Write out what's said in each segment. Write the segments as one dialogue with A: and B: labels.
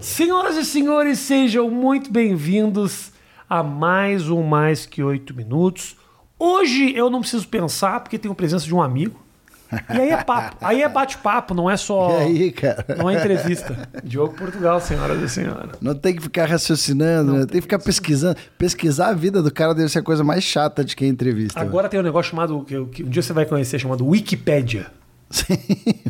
A: Senhoras e senhores, sejam muito bem-vindos a mais um Mais Que Oito Minutos. Hoje eu não preciso pensar, porque tenho a presença de um amigo. E aí é papo, aí é bate-papo, não é só.
B: E aí, cara?
A: Não é entrevista. Diogo Portugal, senhoras e senhores.
B: Não tem que ficar raciocinando, né? tem que ficar pesquisando. Pesquisar a vida do cara deve ser a coisa mais chata de quem entrevista. né?
A: Agora tem um negócio chamado, que que um dia você vai conhecer, chamado Wikipédia.
B: Sim,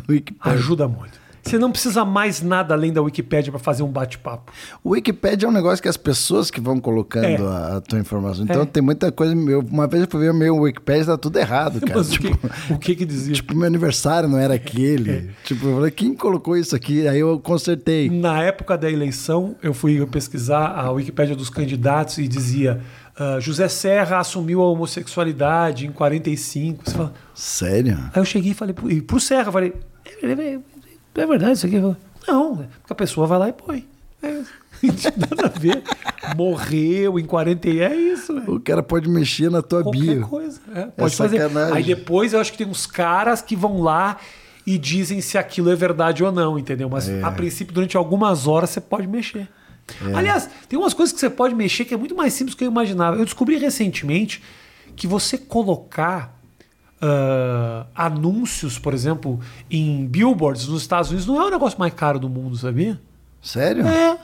B: Wikipedia.
A: Ajuda muito. Você não precisa mais nada além da Wikipédia para fazer um bate-papo.
B: O Wikipedia é um negócio que as pessoas que vão colocando
A: É.
B: a, a tua informação. Então
A: É.
B: tem muita coisa. eu- uma vez eu fui ver o meu Wikipedia, tá tudo errado, cara.
A: Mas o
B: tipo,
A: que, É. o que que dizia?
B: tipo, meu aniversário não era aquele. Tipo, eu falei, quem colocou isso aqui? Aí eu consertei.
A: Na época da eleição, eu fui pesquisar a Wikipédia dos candidatos e dizia ah, José Serra assumiu a homossexualidade em 45. Você fala,
B: Sério?
A: Aí eu cheguei e falei pro, e pro Serra, falei, é, é- é- é verdade isso aqui? Ele falou, não, é porque a pessoa vai lá e põe. É, não tinha nada a ver. Morreu em 40 e é isso. velho.
B: O cara pode mexer na tua
A: Qualquer
B: bio.
A: coisa. é, pode fazer.
B: sacanagem.
A: Aí depois eu acho que tem uns caras que vão lá e dizem se aquilo é verdade ou não, entendeu? Mas
B: É.
A: a princípio, durante algumas horas, você pode mexer. Aliás, tem umas coisas que você pode mexer que é muito mais simples do que eu imaginava. Eu descobri recentemente que você colocar ah, anúncios, por exemplo, em billboards nos Estados Unidos não é o negócio mais caro do mundo, sabia?
B: Sério?
A: É.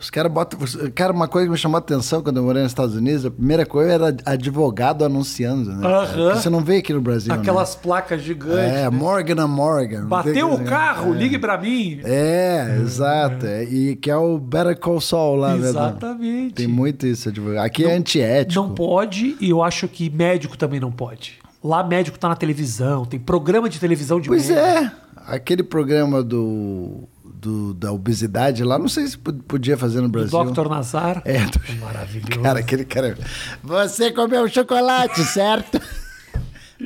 B: Os caras botam. Cara, uma coisa que me chamou a atenção quando eu morei nos Estados Unidos, a primeira coisa era advogado anunciando, né? cara?
A: Aham.
B: Que Você não vê aqui no Brasil. né?
A: Aquelas placas gigantes.
B: É, Morgan and Morgan.
A: Bateu o
B: Tem-
A: carro, ligue pra mim.
B: É, exato. É, E que é o Better Call Saul lá, né?
A: Exatamente.
B: Tem muito isso, advogado. Aqui é antiético.
A: Não pode, e eu acho que médico também não pode. Lá médico tá na televisão, tem programa de televisão de
B: Pois
A: médico.
B: é. Aquele programa do, do- da obesidade lá, não sei se pod- podia fazer no Brasil.
A: Dr. Nazar.
B: É, do-
A: Maravilhoso.
B: Cara, aquele cara. é- Você comeu chocolate, certo?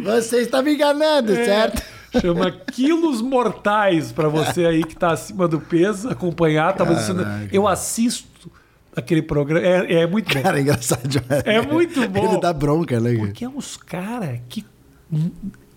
B: Você está me enganando,
A: É.
B: certo?
A: Chama quilos mortais pra você aí que tá acima do peso acompanhar. Tava dizendo,
B: Caraca.
A: eu assisto aquele programa. É, é muito bom.
B: Cara, é engraçado demais.
A: É muito bom.
B: Ele dá bronca, né? cara?
A: Porque é uns caras que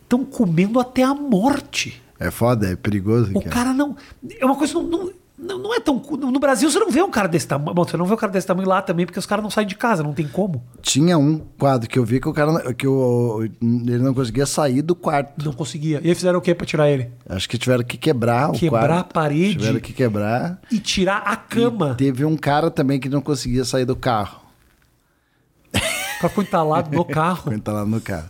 A: estão comendo até a morte.
B: É foda, é perigoso.
A: O
B: cara.
A: cara não. É uma coisa que não. não não, não é tão. cu- No Brasil você não vê um cara desse tamanho. Bom, você não vê um cara desse tamanho lá também, porque os caras não saem de casa, não tem como.
B: Tinha um quadro que eu vi que o cara que o, ele não conseguia sair do quarto.
A: Não conseguia. E aí fizeram o quê pra tirar ele?
B: Acho que tiveram que quebrar o
A: Quebrar
B: quarto.
A: a parede.
B: Tiveram que quebrar.
A: E tirar a cama.
B: Teve um cara também que não conseguia sair do carro.
A: O cara ficou entalado no carro.
B: Quando tá lá no carro.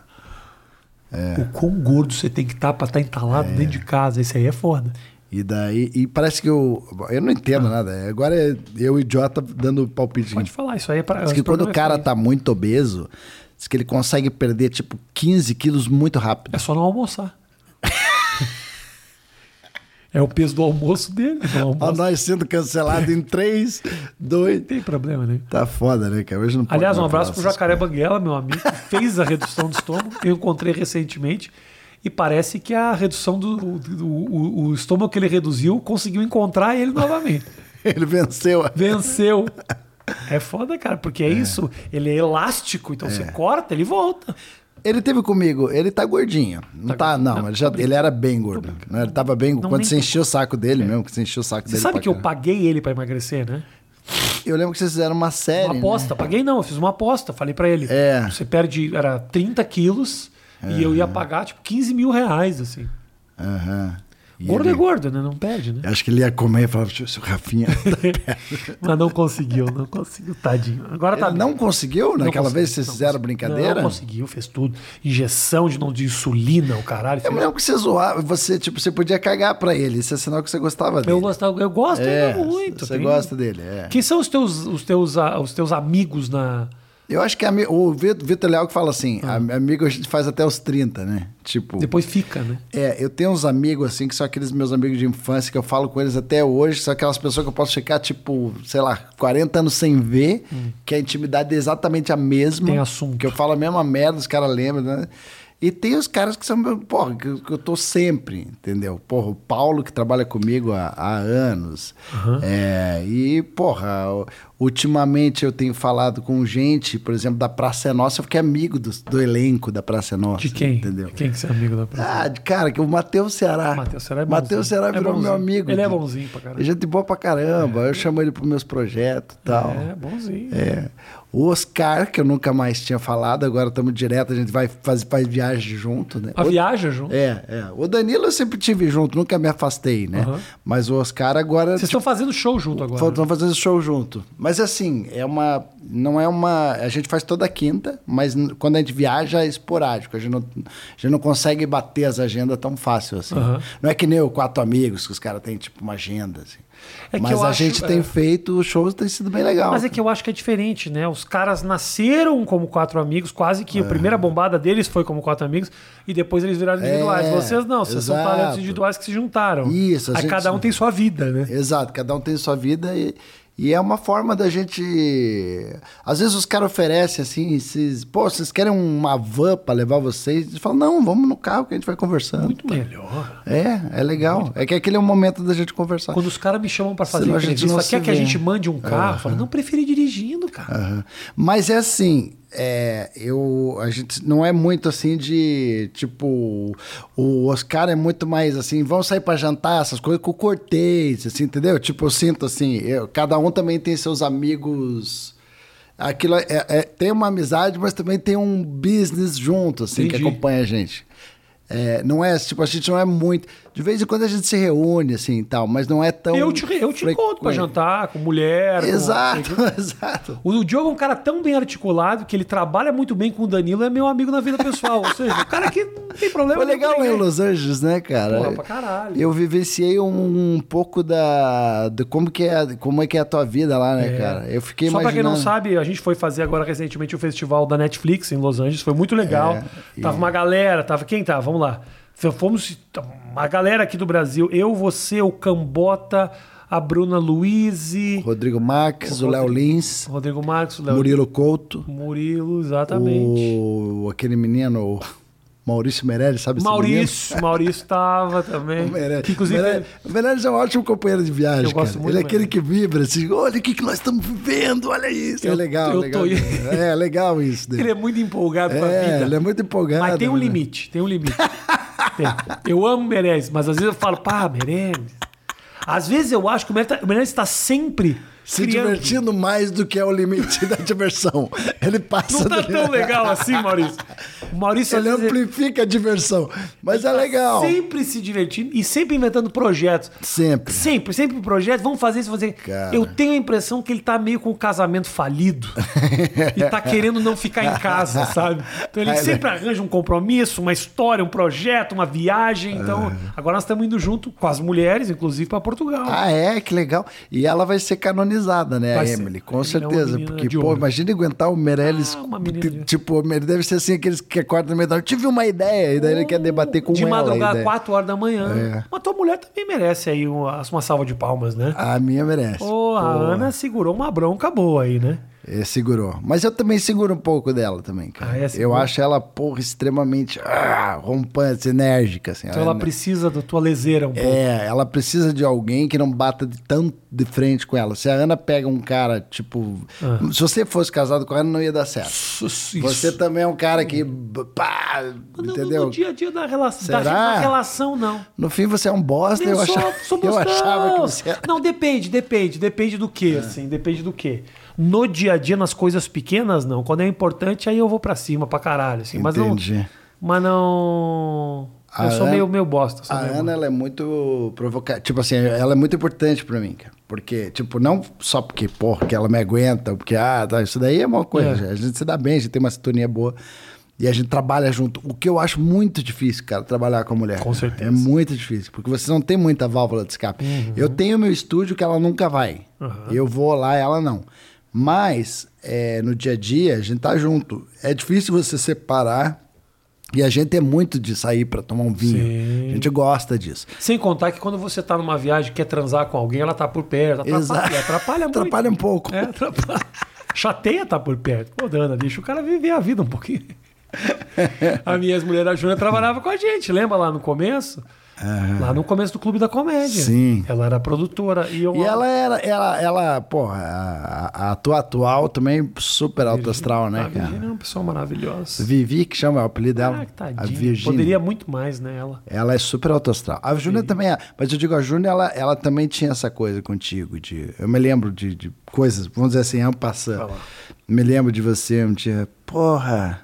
B: É.
A: O quão gordo você tem que estar pra estar entalado dentro de casa. Isso aí é foda.
B: E daí, e parece que eu. Eu não entendo nada. Agora é eu, idiota, dando palpite.
A: Pode falar, isso aí é pra.
B: Diz que
A: esse
B: quando
A: programa
B: o
A: é
B: cara
A: pra isso.
B: tá muito obeso, diz que ele consegue perder, tipo, 15 quilos muito rápido.
A: É só não almoçar. é o peso do almoço dele. Não
B: Ó,
A: almoça.
B: nós sendo cancelados em 3, 2.
A: Não tem problema, né?
B: Tá foda, né, cara? Hoje não pode
A: Aliás, um
B: mais falar
A: abraço pro
B: essas
A: Jacaré Banguela, meu amigo, que fez a redução do estômago. Eu encontrei recentemente e parece que a redução do, do- do- o, o estômago que ele reduziu conseguiu encontrar ele novamente.
B: Ele venceu.
A: Venceu. É foda, cara, porque é, isso. Ele é elástico, então você corta, ele volta.
B: Ele teve comigo, ele tá gordinho. Não tá, não, ele, já, ele era bem gordo. né? Ele tava bem gordo.
A: Tá
B: Quando
A: nem É.
B: você encheu o saco dele mesmo, que você encheu o saco
A: Você
B: dele.
A: sabe
B: pra
A: que eu
B: caramba.
A: paguei ele pra emagrecer, né?
B: Eu lembro que vocês fizeram uma série.
A: Uma
B: né?
A: aposta. Paguei não, eu fiz uma aposta. Falei pra ele.
B: É.
A: Você perde, era 30 quilos e eu ia pagar, tipo, 15 mil reais, assim.
B: né? Aham. E
A: Gordo é
B: ele-
A: gordo, né? Não perde, né?
B: Acho que ele ia comer e falava, seu Rafinha.
A: Mas não conseguiu, não conseguiu, tadinho. Agora tá
B: Ele não conseguiu
A: Não
B: naquela
A: conseguiu,
B: vez que vocês
A: não
B: fizeram
A: conseguiu.
B: brincadeira?
A: Não conseguiu, fez tudo. Injeção de, não- de insulina, o caralho.
B: Eu
A: fez-
B: me lembro é que você zoava, você, tipo, você podia cagar pra ele. Isso é sinal que você gostava dele.
A: Eu, gostava, eu gosto
B: é,
A: ainda muito.
B: Você
A: tem-
B: gosta dele, é.
A: Quem são os teus, os teus, ah, os teus amigos na.
B: Eu acho que ami- o Vi- Vitor Leal que fala assim, "Am- amigo a gente faz até os 30, né? Tipo...
A: Ah. Depois fica, né?
B: É, eu tenho uns amigos assim, que são aqueles meus amigos de infância, que eu falo com eles até hoje, são aquelas pessoas que eu posso ficar, tipo, sei lá, 40 anos sem ver, que a intimidade é exatamente a mesma.
A: Hum. Tem assunto.
B: Que eu falo a mesma merda, os caras lembram, né? E tem os caras que são, porra, que, que eu tô sempre, entendeu? Porra, o Paulo, que trabalha comigo há, há anos. É, e, porra, o- ultimamente eu tenho falado com gente, por exemplo, da Praça é Nossa, eu fiquei amigo do, do elenco da Praça é Nossa.
A: De quem?
B: Entendeu?
A: De quem que você é amigo da praça?
B: Ah, de cara, que o Matheus Ceará.
A: Matheus Ceará é bonzinho.
B: Matheus Ceará
A: É
B: virou meu
A: bonzinho.
B: amigo.
A: Ele é
B: de-
A: bonzinho pra caralho.
B: É gente boa pra caramba. Eu chamo ele pros meus projetos e tal.
A: É, bonzinho.
B: É. O Oscar, que eu nunca mais tinha falado, agora estamos direto, a gente vai fazer faz viagem junto, né?
A: A
B: O-
A: viagem junto.
B: É, é. O Danilo eu sempre tive junto, nunca me afastei, né?
A: Aham.
B: Mas o Oscar agora.
A: Vocês estão fazendo show junto agora. né?
B: Estão fazendo show junto. Mas assim, é uma. Não é uma. A gente faz toda quinta, mas n- quando a gente viaja é esporádico. A gente não, a gente não consegue bater as agendas tão fácil assim.
A: Aham.
B: Não é que nem o Quatro Amigos, que os caras têm tipo uma agenda, assim.
A: É que
B: mas
A: eu
B: a
A: acho-
B: gente
A: é.
B: tem feito, os shows tem sido bem legal.
A: Mas é que eu acho que é diferente, né? Os caras nasceram como quatro amigos, quase que a
B: É.
A: primeira bombada deles foi como quatro amigos, e depois eles viraram individuais.
B: É,
A: Vocês não, vocês são
B: exato.
A: talentos individuais que se juntaram.
B: Isso, a
A: Aí
B: gente-
A: cada um tem sua vida, né?
B: Exato, cada um tem sua vida e, e é uma forma da gente. Às vezes os caras oferecem assim, vocês, pô, vocês querem uma van pra levar vocês? Eles falam, não, vamos no carro que a gente vai conversando.
A: Muito melhor.
B: É, é legal. É que aquele é o momento da gente conversar.
A: Quando os caras me chamam pra fazer
B: Senão a gente
A: entrevista,
B: não
A: quer
B: se
A: que a
B: vê.
A: gente mande um carro? Fala, não, preferi dirigindo, cara.
B: Aham. Mas é assim, é, eu, a gente não é muito assim de, tipo, o Oscar é muito mais assim, vamos sair pra jantar, essas coisas com o Cortez, assim, entendeu? Tipo, eu sinto assim, eu- cada um também tem seus amigos... Aquilo é- é- tem uma amizade, mas também tem um business junto, assim, que
A: Entendi.
B: acompanha a gente. É, não é, tipo, a gente não é muito... De vez em quando a gente se reúne, assim, e tal, mas não é tão...
A: eu te, eu te encontro pra
B: frequente.
A: jantar, com mulher. com-
B: Exato, exato.
A: O Diogo é um cara tão bem articulado que ele trabalha muito bem com o Danilo, é meu amigo na vida pessoal. Ou seja, o cara que não tem problema.
B: Foi
A: nenhum com
B: legal lá em
A: ninguém.
B: Los Angeles, né, cara?
A: Porra, pra caralho.
B: Eu vivenciei um, um pouco da. De como, que é, como é que é a tua vida lá, né, cara? Eu fiquei
A: Só pra quem
B: imaginando.
A: não sabe, a gente foi fazer agora recentemente o festival da Netflix em Los Angeles, foi muito legal.
B: É, e-
A: Tava uma galera, tava quem tava? Vamos lá. F- Fomos tá, uma galera aqui do Brasil, eu, você, o Cambota, a Bruna Luiz,
B: Rodrigo Max, o Léo Lins,
A: Rodrigo Marcos, Léo
B: Murilo Couto,
A: Murilo, exatamente.
B: o, aquele menino, o Maurício Meirelles, sabe esse
A: Maurício, Maurício tava também.
B: menino? O Meirelles.
A: Que, inclusive,
B: Meirelles- o Meirelles é um ótimo companheiro de viagem,
A: Eu gosto
B: cara.
A: muito
B: Ele é
A: do
B: aquele que vibra, assim, olha o que, que nós estamos vivendo, olha isso.
A: Eu-
B: é legal,
A: eu
B: legal.
A: tô-
B: É legal isso dele.
A: ele é muito empolgado com a
B: É,
A: vida.
B: ele é muito empolgado.
A: Mas tem um
B: né?
A: limite, tem um limite. Tem. Eu amo Meirelles, mas às vezes eu falo, pá, Meirelles. Às vezes eu acho que o Meirelles tá- o Meirelles está sempre
B: Se
A: criando.
B: divertindo mais do que é o limite da diversão. Ele passa.
A: Não tá
B: do-
A: tão legal assim, Maurício. O Maurício às
B: Ele
A: vezes, ele
B: amplifica a diversão. Mas é
A: tá
B: legal.
A: sempre se divertindo e sempre inventando projetos.
B: Sempre.
A: Sempre, sempre projetos, vamos fazer isso, vamos fazer.
B: Cara.
A: Eu tenho a impressão que ele tá meio com o casamento falido e tá querendo não ficar em casa, sabe? Então ele
B: Ai,
A: sempre arranja um compromisso, uma história, um projeto, uma viagem. Então,
B: É.
A: agora nós estamos indo junto com as mulheres, inclusive, para Portugal.
B: Ah, é? Que legal. E ela vai ser canonizada, né,
A: Vai
B: a
A: ser.
B: Emily?
A: Ela é
B: Com
A: uma
B: certeza.
A: menina
B: Porque,
A: de
B: pô,
A: ouro.
B: imagina aguentar o Meirelles.
A: Ah, uma menina de-
B: Tipo, o Meirelles deve ser assim, aqueles que acordam no meio da noite. Tive uma ideia, e daí ele quer debater com
A: De
B: ela. a
A: madrugada,
B: ideia.
A: 4 horas da manhã.
B: É.
A: Mas tua mulher também merece aí uma, uma salva de palmas, né?
B: A minha merece.
A: Pô, a Ana segurou uma bronca boa aí, né?
B: É, segurou. Mas eu também seguro um pouco dela também, cara.
A: Ah, é?
B: eu
A: Segura.
B: acho ela, porra, extremamente ah, rompante, enérgica, assim.
A: Então ela precisa da tua leseira um pouco.
B: É, ela precisa de alguém que não bata de tanto de frente com ela. Se a Ana pega um cara, tipo. Se você fosse casado com a Ana, não ia dar certo.
A: Ah. Isso. Hum.
B: Você também é um cara que. Pá,
A: Não, não,
B: entendeu?
A: No dia a dia da relação,
B: Será?
A: da, da relação não.
B: No fim, você é um bosta. Eu,
A: sou-
B: achava,
A: sou
B: eu
A: bostão.
B: achava que você era. É.
A: Não, depende, depende, depende do que, assim, depende do que. No dia a dia, nas coisas pequenas, não. Quando é importante, aí eu vou pra cima, pra caralho, assim. Mas não.
B: Entendi.
A: Mas não.
B: A
A: eu sou
B: Ana-
A: meio, meio bosta. sou
B: A
A: meio
B: Ana, ela é muito provocativa. Tipo assim, ela é muito importante pra mim, cara. Porque, tipo, não só porque, porra, que ela me aguenta, porque, ah, tá, isso daí é uma coisa.
A: É.
B: A gente se dá bem, a gente tem uma sintonia boa. E a gente trabalha junto. O que eu acho muito difícil, cara, trabalhar com a mulher.
A: Com certeza. Uhum.
B: É muito difícil, porque você não tem muita válvula de escape. Eu tenho meu estúdio que ela nunca vai. Eu vou lá, ela não. Mas, é, no dia a dia, a gente tá junto. É difícil você separar. E a gente é muito de sair pra tomar um vinho.
A: Sim.
B: A gente gosta disso.
A: Sem contar que quando você tá numa viagem quer transar com alguém, ela tá por perto. Atrapalha,
B: Exato.
A: atrapalha muito.
B: Atrapalha um pouco.
A: tá. É, atrapalha. Chateia tá por perto. Pô, Dana, deixa o cara viver a vida um pouquinho. A minha ex-mulher, a Júlia, trabalhava com a gente, lembra lá no começo?
B: Aham.
A: Lá no começo do Clube da Comédia.
B: Sim.
A: Ela era produtora. E, eu,
B: E ela era, ela, ela, porra, a, a tua atual também super alto astral, né,
A: A
B: cara?
A: Virgínia é uma pessoa maravilhosa.
B: Vivi, que chama é o apelido dela.
A: Ah, que
B: a
A: tadinha.
B: Virgínia.
A: Poderia muito mais, né? Ela.
B: Ela é super alto astral. A Júlia também é. Mas eu digo, a Júlia, ela, ela também tinha essa coisa contigo. De, eu me lembro de, de coisas, vamos dizer assim, ano
A: Vai
B: passando.
A: lá.
B: Me lembro de você um dia, porra,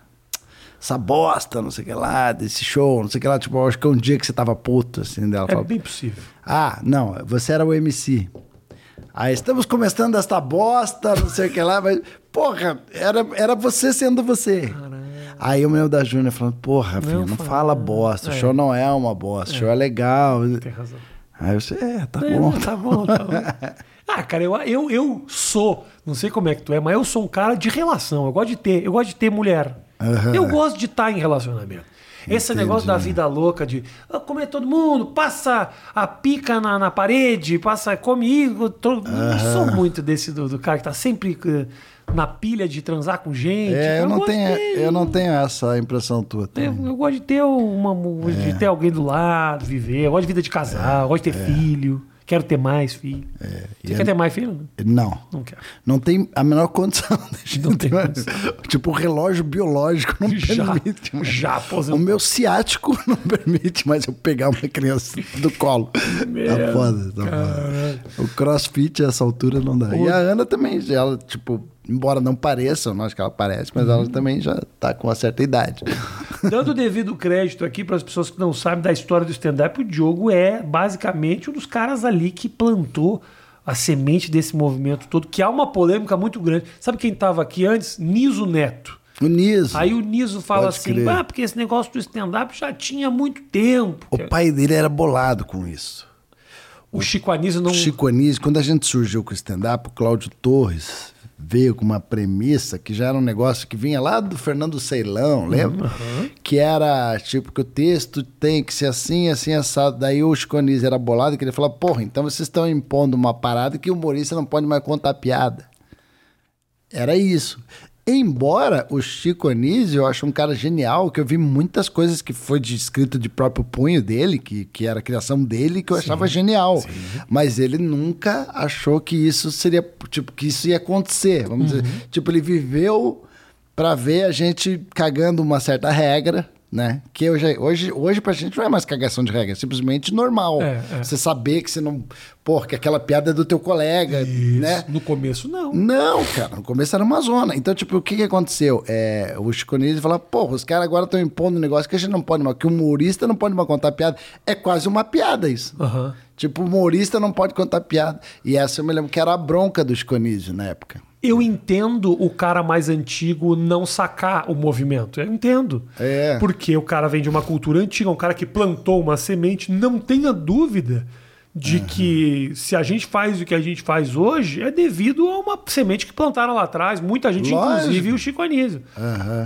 B: essa bosta, não sei o que lá, desse show, não sei o que lá. Tipo, acho que é um dia que você tava puto, assim, dela.
A: É
B: fala,
A: bem possível.
B: ah, não, você era o MC. Aí estamos começando esta bosta, não sei o que lá, mas, porra, era, era você sendo você. Aí eu me lembro da Júnior falando, porra, filho, não,
A: fala.
B: fala bosta, o
A: É.
B: show não é uma bosta, o show é legal.
A: Tem razão.
B: Aí você, é, tá
A: É,
B: bom.
A: Tá bom, tá bom. Ah, cara, eu, eu, eu sou, não sei como é que tu é, mas eu sou um cara de relação. Eu gosto de ter, eu gosto de ter mulher.
B: Aham.
A: Eu gosto de estar em relacionamento. Esse negócio da vida louca de ah, comer todo mundo, passa a pica na, na parede, passa comigo. Todo... Eu sou muito desse do, do cara que tá sempre eh, na pilha de transar com gente.
B: É, eu não,
A: gosto
B: tenho,
A: de-
B: eu não tenho essa impressão tua. tá?
A: eu, eu gosto de ter uma
B: É.
A: de ter alguém do lado, viver. Eu gosto de vida de casal, eu gosto de ter filho. Quero ter mais filho. Você
B: e
A: quer
B: é-
A: ter mais filho?
B: Não.
A: Não quero.
B: Não tem a menor condição. da gente
A: Não tem
B: ter-
A: condição.
B: Tipo, o relógio biológico não
A: Já,
B: permite. mano.
A: já
B: O
A: aposentou.
B: meu ciático não permite mais eu pegar uma criança do colo. tá foda, tá foda. O crossfit a essa altura não dá. E a Ana também, ela, tipo, embora não pareça, eu não acho que ela parece, mas ela também já tá com uma certa idade.
A: Dando o devido crédito aqui para as pessoas que não sabem da história do stand-up, o Diogo é basicamente um dos caras ali que plantou a semente desse movimento todo, que há uma polêmica muito grande. Sabe quem estava aqui antes? Niso Neto.
B: O Niso,
A: Aí o Niso fala
B: Pode
A: assim:
B: crer.
A: ah, porque esse negócio do stand-up já tinha muito tempo.
B: o pai dele era bolado com isso.
A: O Chico Anísio
B: O
A: não.
B: Chico Anísio, quando a gente surgiu com o stand-up, o Cláudio Torres veio com uma premissa que já era um negócio que vinha lá do Fernando Ceilão, lembra? Que era tipo que o texto tem que ser assim, assim, assado. Daí o Chico Anísio era bolado que ele falava, porra, então vocês estão impondo uma parada que o humorista não pode mais contar piada. Era isso. Embora o Chico Anísio, eu acho um cara genial, que eu vi muitas coisas que foi de escrito de próprio punho dele, que, que era a criação dele, que eu achava genial. Mas ele nunca achou que isso seria, tipo, que isso ia acontecer. Vamos
A: Uhum.
B: dizer, tipo, ele viveu pra ver a gente cagando uma certa regra, né? Que hoje, hoje, hoje pra gente não é mais cagação de regra, é simplesmente normal.
A: É, é.
B: Você saber que você não. Porra, que aquela piada é do teu colega, né?
A: No começo, não.
B: Não, cara, no começo era uma zona. Então, tipo, o que, que aconteceu? É, o Chico Nísio falava, porra, os caras agora estão impondo um negócio que a gente não pode mais, que o humorista não pode mais contar piada. É quase uma piada isso.
A: Aham.
B: Tipo, o humorista não pode contar piada. E essa eu me lembro que era a bronca do Chico Nísio na época.
A: Eu entendo o cara mais antigo não sacar o movimento. Eu entendo.
B: É.
A: Porque o cara vem de uma cultura antiga, um cara que plantou uma semente. Não tenha dúvida de que se a gente faz o que a gente faz hoje, é devido a uma semente que plantaram lá atrás. Muita gente,
B: Lógico.
A: inclusive o Chico Anísio.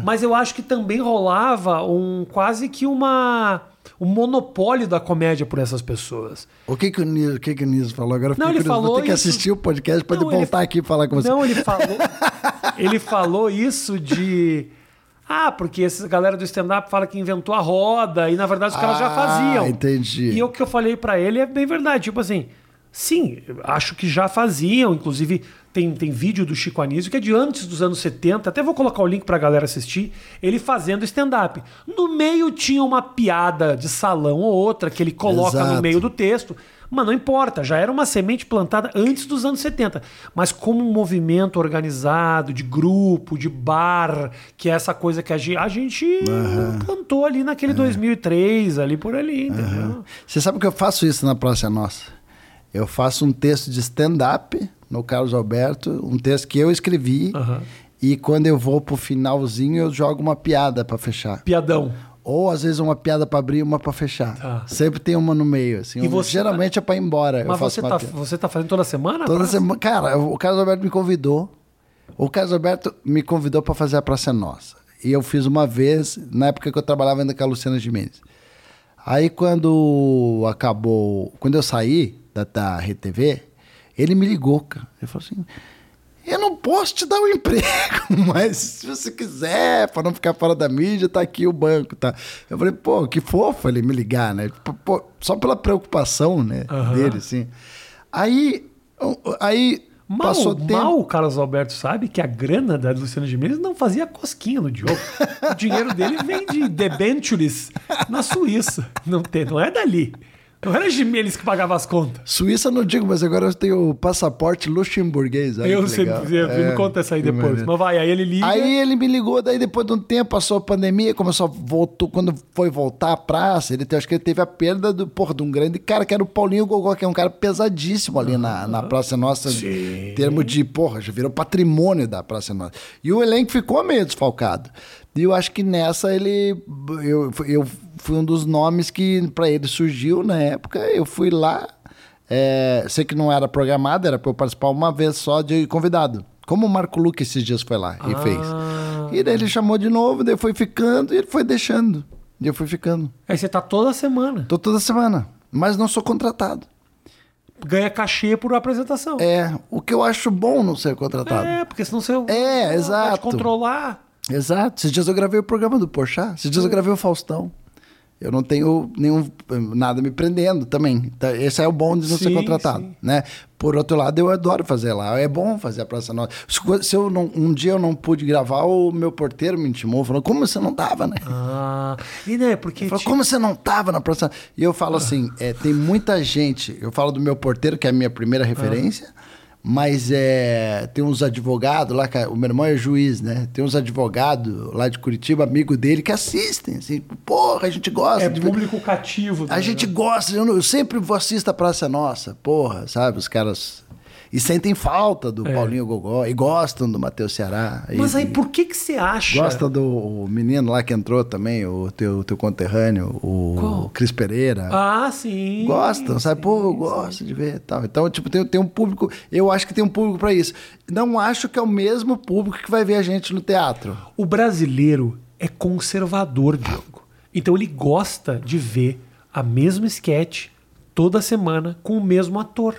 A: Mas eu acho que também rolava um quase que uma um monopólio da comédia por essas pessoas.
B: O que que o Nísio, o que que o Nísio falou? Agora eu fiquei
A: Não, ele
B: curioso. Vou
A: falou
B: ter que
A: isso-
B: assistir o podcast pra
A: Não,
B: ele voltar aqui e falar com você.
A: Não, ele falou. ele falou isso de. Ah, porque essa galera do stand-up fala que inventou a roda e na verdade os caras já
B: Ah,
A: faziam.
B: entendi.
A: E o que eu falei pra ele é bem verdade. Tipo assim, sim, eu acho que já faziam. Inclusive, tem, tem vídeo do Chico Anísio que é de antes dos anos 70. Até vou colocar o link pra galera assistir. Ele fazendo stand-up. No meio tinha uma piada de salão ou outra que ele coloca no
B: Exato.
A: meio do texto. Mas não importa, já era uma semente plantada antes dos anos 70. Mas como um movimento organizado, de grupo, de bar, que é essa coisa que a gente, a gente plantou ali naquele
B: É.
A: 2003, ali por ali, entendeu?
B: Você sabe que eu faço isso na Praça é Nossa? Eu faço um texto de stand-up no Carlos Alberto, um texto que eu escrevi,
A: Aham.
B: e quando eu vou pro finalzinho, eu jogo uma piada pra fechar.
A: Piadão.
B: Ou às vezes uma piada pra abrir e uma pra fechar.
A: Tá.
B: Sempre tem uma no meio, assim.
A: E
B: Um-
A: você- tá-
B: geralmente é pra ir embora. eu
A: Mas
B: faço
A: você
B: uma
A: tá,
B: piada.
A: você tá fazendo toda semana?
B: Toda
A: Pra-
B: semana. Cara, o Carlos Alberto me convidou. O Carlos Alberto me convidou para fazer a Praça é Nossa. E eu fiz uma vez, na época que eu trabalhava ainda com a Luciana Gimenez. Aí quando acabou. Quando eu saí da, da RedeTV, ele me ligou, cara. Ele falou assim: Eu não posso te dar um emprego, mas se você quiser, para não ficar fora da mídia, tá aqui o banco, tá? Eu falei, pô, que fofo ele me ligar, né? Pô, só pela preocupação, né,
A: Aham.
B: dele, assim. Aí, aí
A: Mal,
B: passou tempo...
A: mal o Carlos Alberto sabe que a grana da Luciana Gimenez não fazia cosquinha no Diogo. O dinheiro dele vem de debentures na Suíça. Não, tem, não é dali. Não era Gimenez que pagava as contas.
B: Suíça não digo, mas agora eu tenho o passaporte luxemburguês. Olha
A: eu
B: que
A: sempre
B: legal.
A: você
B: É,
A: me conta essa aí
B: que
A: depois.
B: maneiro.
A: Mas vai, aí ele liga.
B: Aí ele me ligou, daí depois de um tempo passou a pandemia, começou a voltou, quando foi voltar à praça, ele te- acho que ele teve a perda do, porra, de um grande cara que era o Paulinho Gogó, que é um cara pesadíssimo ali na, na Praça Nossa, em termo de, porra, já virou patrimônio da Praça Nossa. E o elenco ficou meio desfalcado. E eu acho que nessa ele eu, eu fui um dos nomes que pra ele surgiu na época, eu fui lá é, sei que não era programado, era pra eu participar uma vez só de convidado. Como o Marco Luque esses dias foi lá e
A: Ah.
B: fez. E daí ele chamou de novo, daí foi ficando e ele foi deixando. E eu fui ficando.
A: Aí você tá toda semana.
B: Tô toda semana, mas não sou contratado.
A: Ganha cachê por apresentação.
B: É, o que eu acho bom não ser contratado.
A: É, porque senão você
B: É,
A: não
B: exato.
A: pode controlar.
B: Exato. Esses dias eu gravei o programa do Porchat. Esses dias
A: Hum.
B: eu gravei o Faustão. Eu não tenho nenhum nada me prendendo também. Tá, Esse é o bom de não ser
A: Sim,
B: contratado,
A: sim.
B: né? Por outro lado, eu adoro fazer lá. É bom fazer a Praça Nossa. Se co- Se eu não- um dia eu não pude gravar, o meu porteiro me intimou, falou: "Como você não tava, né?"
A: Ah, e né, porque.
B: Ele falou,
A: tipo,
B: como você não tava na Praça E eu falo assim,
A: Ah.
B: é, tem muita gente. Eu falo do meu porteiro, que é a minha primeira
A: Ah.
B: referência, mas é, tem uns advogados lá, que o meu irmão é juiz, né? Tem uns advogados lá de Curitiba, amigo dele, que assistem, assim, porra, a gente gosta.
A: É
B: de-
A: público cativo.
B: assim?" a
A: né?
B: gente gosta, eu, não- eu sempre vou assistir a Praça é Nossa, porra, sabe? Os caras... E sentem falta do
A: É.
B: Paulinho Gogó, e gostam do Matheus Ceará. e-
A: Mas aí
B: e-
A: por que que você acha?
B: Gosta do o menino lá que entrou também, o teu, teu conterrâneo, o
A: Qual?
B: Cris Pereira.
A: Ah, sim.
B: Gostam, sabe? Pô, eu gosto de ver e tal. Então, tipo, tem, tem um público. Eu acho que tem um público pra isso. Não acho que é o mesmo público que vai ver a gente no teatro.
A: O brasileiro é conservador, Diogo. Então ele gosta de ver a mesma sketch toda semana com o mesmo ator.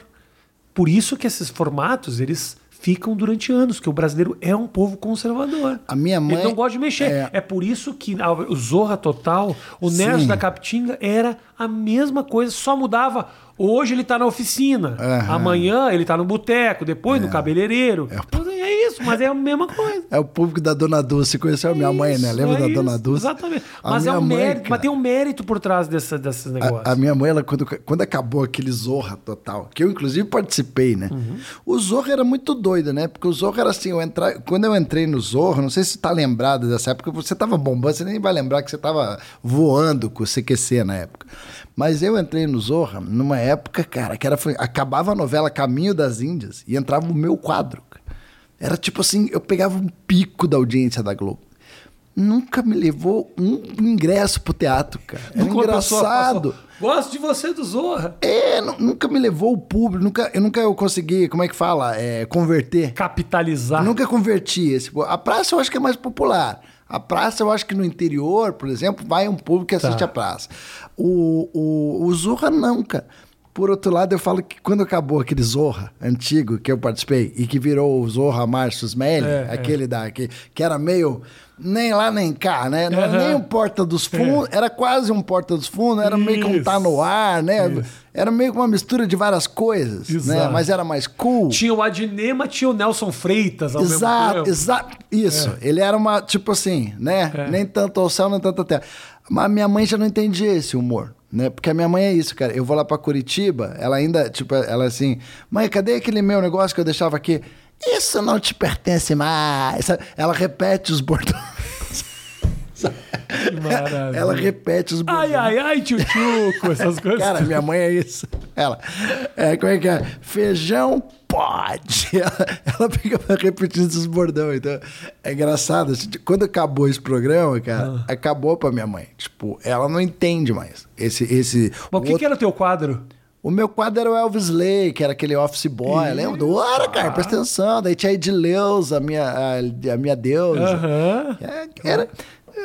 A: Por isso que esses formatos, eles ficam durante anos, que o brasileiro é um povo conservador.
B: A minha mãe-
A: Ele não gosta de mexer.
B: é.
A: É, por isso que a- o Zorra Total, o Nerd
B: Sim.
A: da Capitinga, era a mesma coisa, só mudava. Hoje ele tá na oficina,
B: Aham.
A: amanhã ele tá no boteco, depois no cabeleireiro. Então, é isso, mas é a mesma coisa.
B: É o público da Dona Dulce. Conheceu a minha mãe, né?
A: Isso,
B: Lembra
A: é
B: da
A: isso,
B: Dona Dulce?
A: Exatamente.
B: A
A: Mas, é
B: minha
A: um
B: mãe,
A: mérito,
B: cara.
A: mas tem um mérito por trás dessa, desses negócios.
B: A, a minha mãe, ela, quando, quando acabou aquele Zorra Total, que eu inclusive participei, né? O Zorra era muito doido, né? Porque o Zorra era assim, eu entrar, quando eu entrei no Zorra, não sei se você tá lembrado dessa época, você tava bombando, você nem vai lembrar que você tava voando com o CQC na época. Mas eu entrei no Zorra numa época, cara, que era, foi- acabava a novela Caminho das Índias e entrava o meu quadro. cara. Era tipo assim, eu pegava um pico da audiência da Globo. Nunca me levou um ingresso pro teatro, cara. Era
A: Nunca uma pessoa
B: é engraçado.
A: passou, Gosto de você do Zorra.
B: É, nu- nunca me levou o público, nunca, eu nunca eu consegui, como é que fala? É, converter.
A: Capitalizar.
B: Nunca converti esse. pú- A praça eu acho que é mais popular. A praça eu acho que no interior, por exemplo, vai um público que assiste
A: Tá.
B: a praça. O, o, o Zorra não, cara. Por outro lado, eu falo que quando acabou aquele Zorra antigo que eu participei e que virou o Zorra Márcio Smelly,
A: É,
B: aquele da que, que era meio nem lá nem cá, né? Não era
A: Aham.
B: nem um porta dos fundos, era quase um porta dos fundos, era meio que um tá no ar, né? Era meio que uma mistura de várias coisas, né?
A: Exato.
B: Mas era mais cool.
A: Tinha o Adnema, tinha o Nelson Freitas ao mesmo
B: Exato,
A: tempo.
B: exato. Isso. Ele era uma, tipo assim, né?
A: É.
B: Nem tanto ao céu, nem tanto à terra. Mas minha mãe já não entendia esse humor, né? Porque a minha mãe é isso, cara. Eu vou lá pra Curitiba, ela ainda, tipo, ela assim, mãe, cadê aquele meu negócio que eu deixava aqui? Isso não te pertence mais. sabe? Ela repete os bordões.
A: Que maravilha.
B: Ela repete os bordões.
A: Ai, ai, ai, tchutchuco, essas coisas.
B: Cara, minha mãe é isso. Ela, é, como é que é? Feijão pode. Ela, ela fica repetindo esses bordão. Então, é engraçado. assim, de- quando acabou esse programa, cara,
A: Ah.
B: acabou pra minha mãe. Tipo, ela não entende mais. Esse, esse.
A: Mas o que, que era o teu quadro?
B: O meu quadro era o Elvis Lay, que era aquele office boy, lembra? Do Ora, cara, presta atenção. Daí tinha a Edileuza, a minha, a, a minha deusa.
A: Aham.
B: É, Era,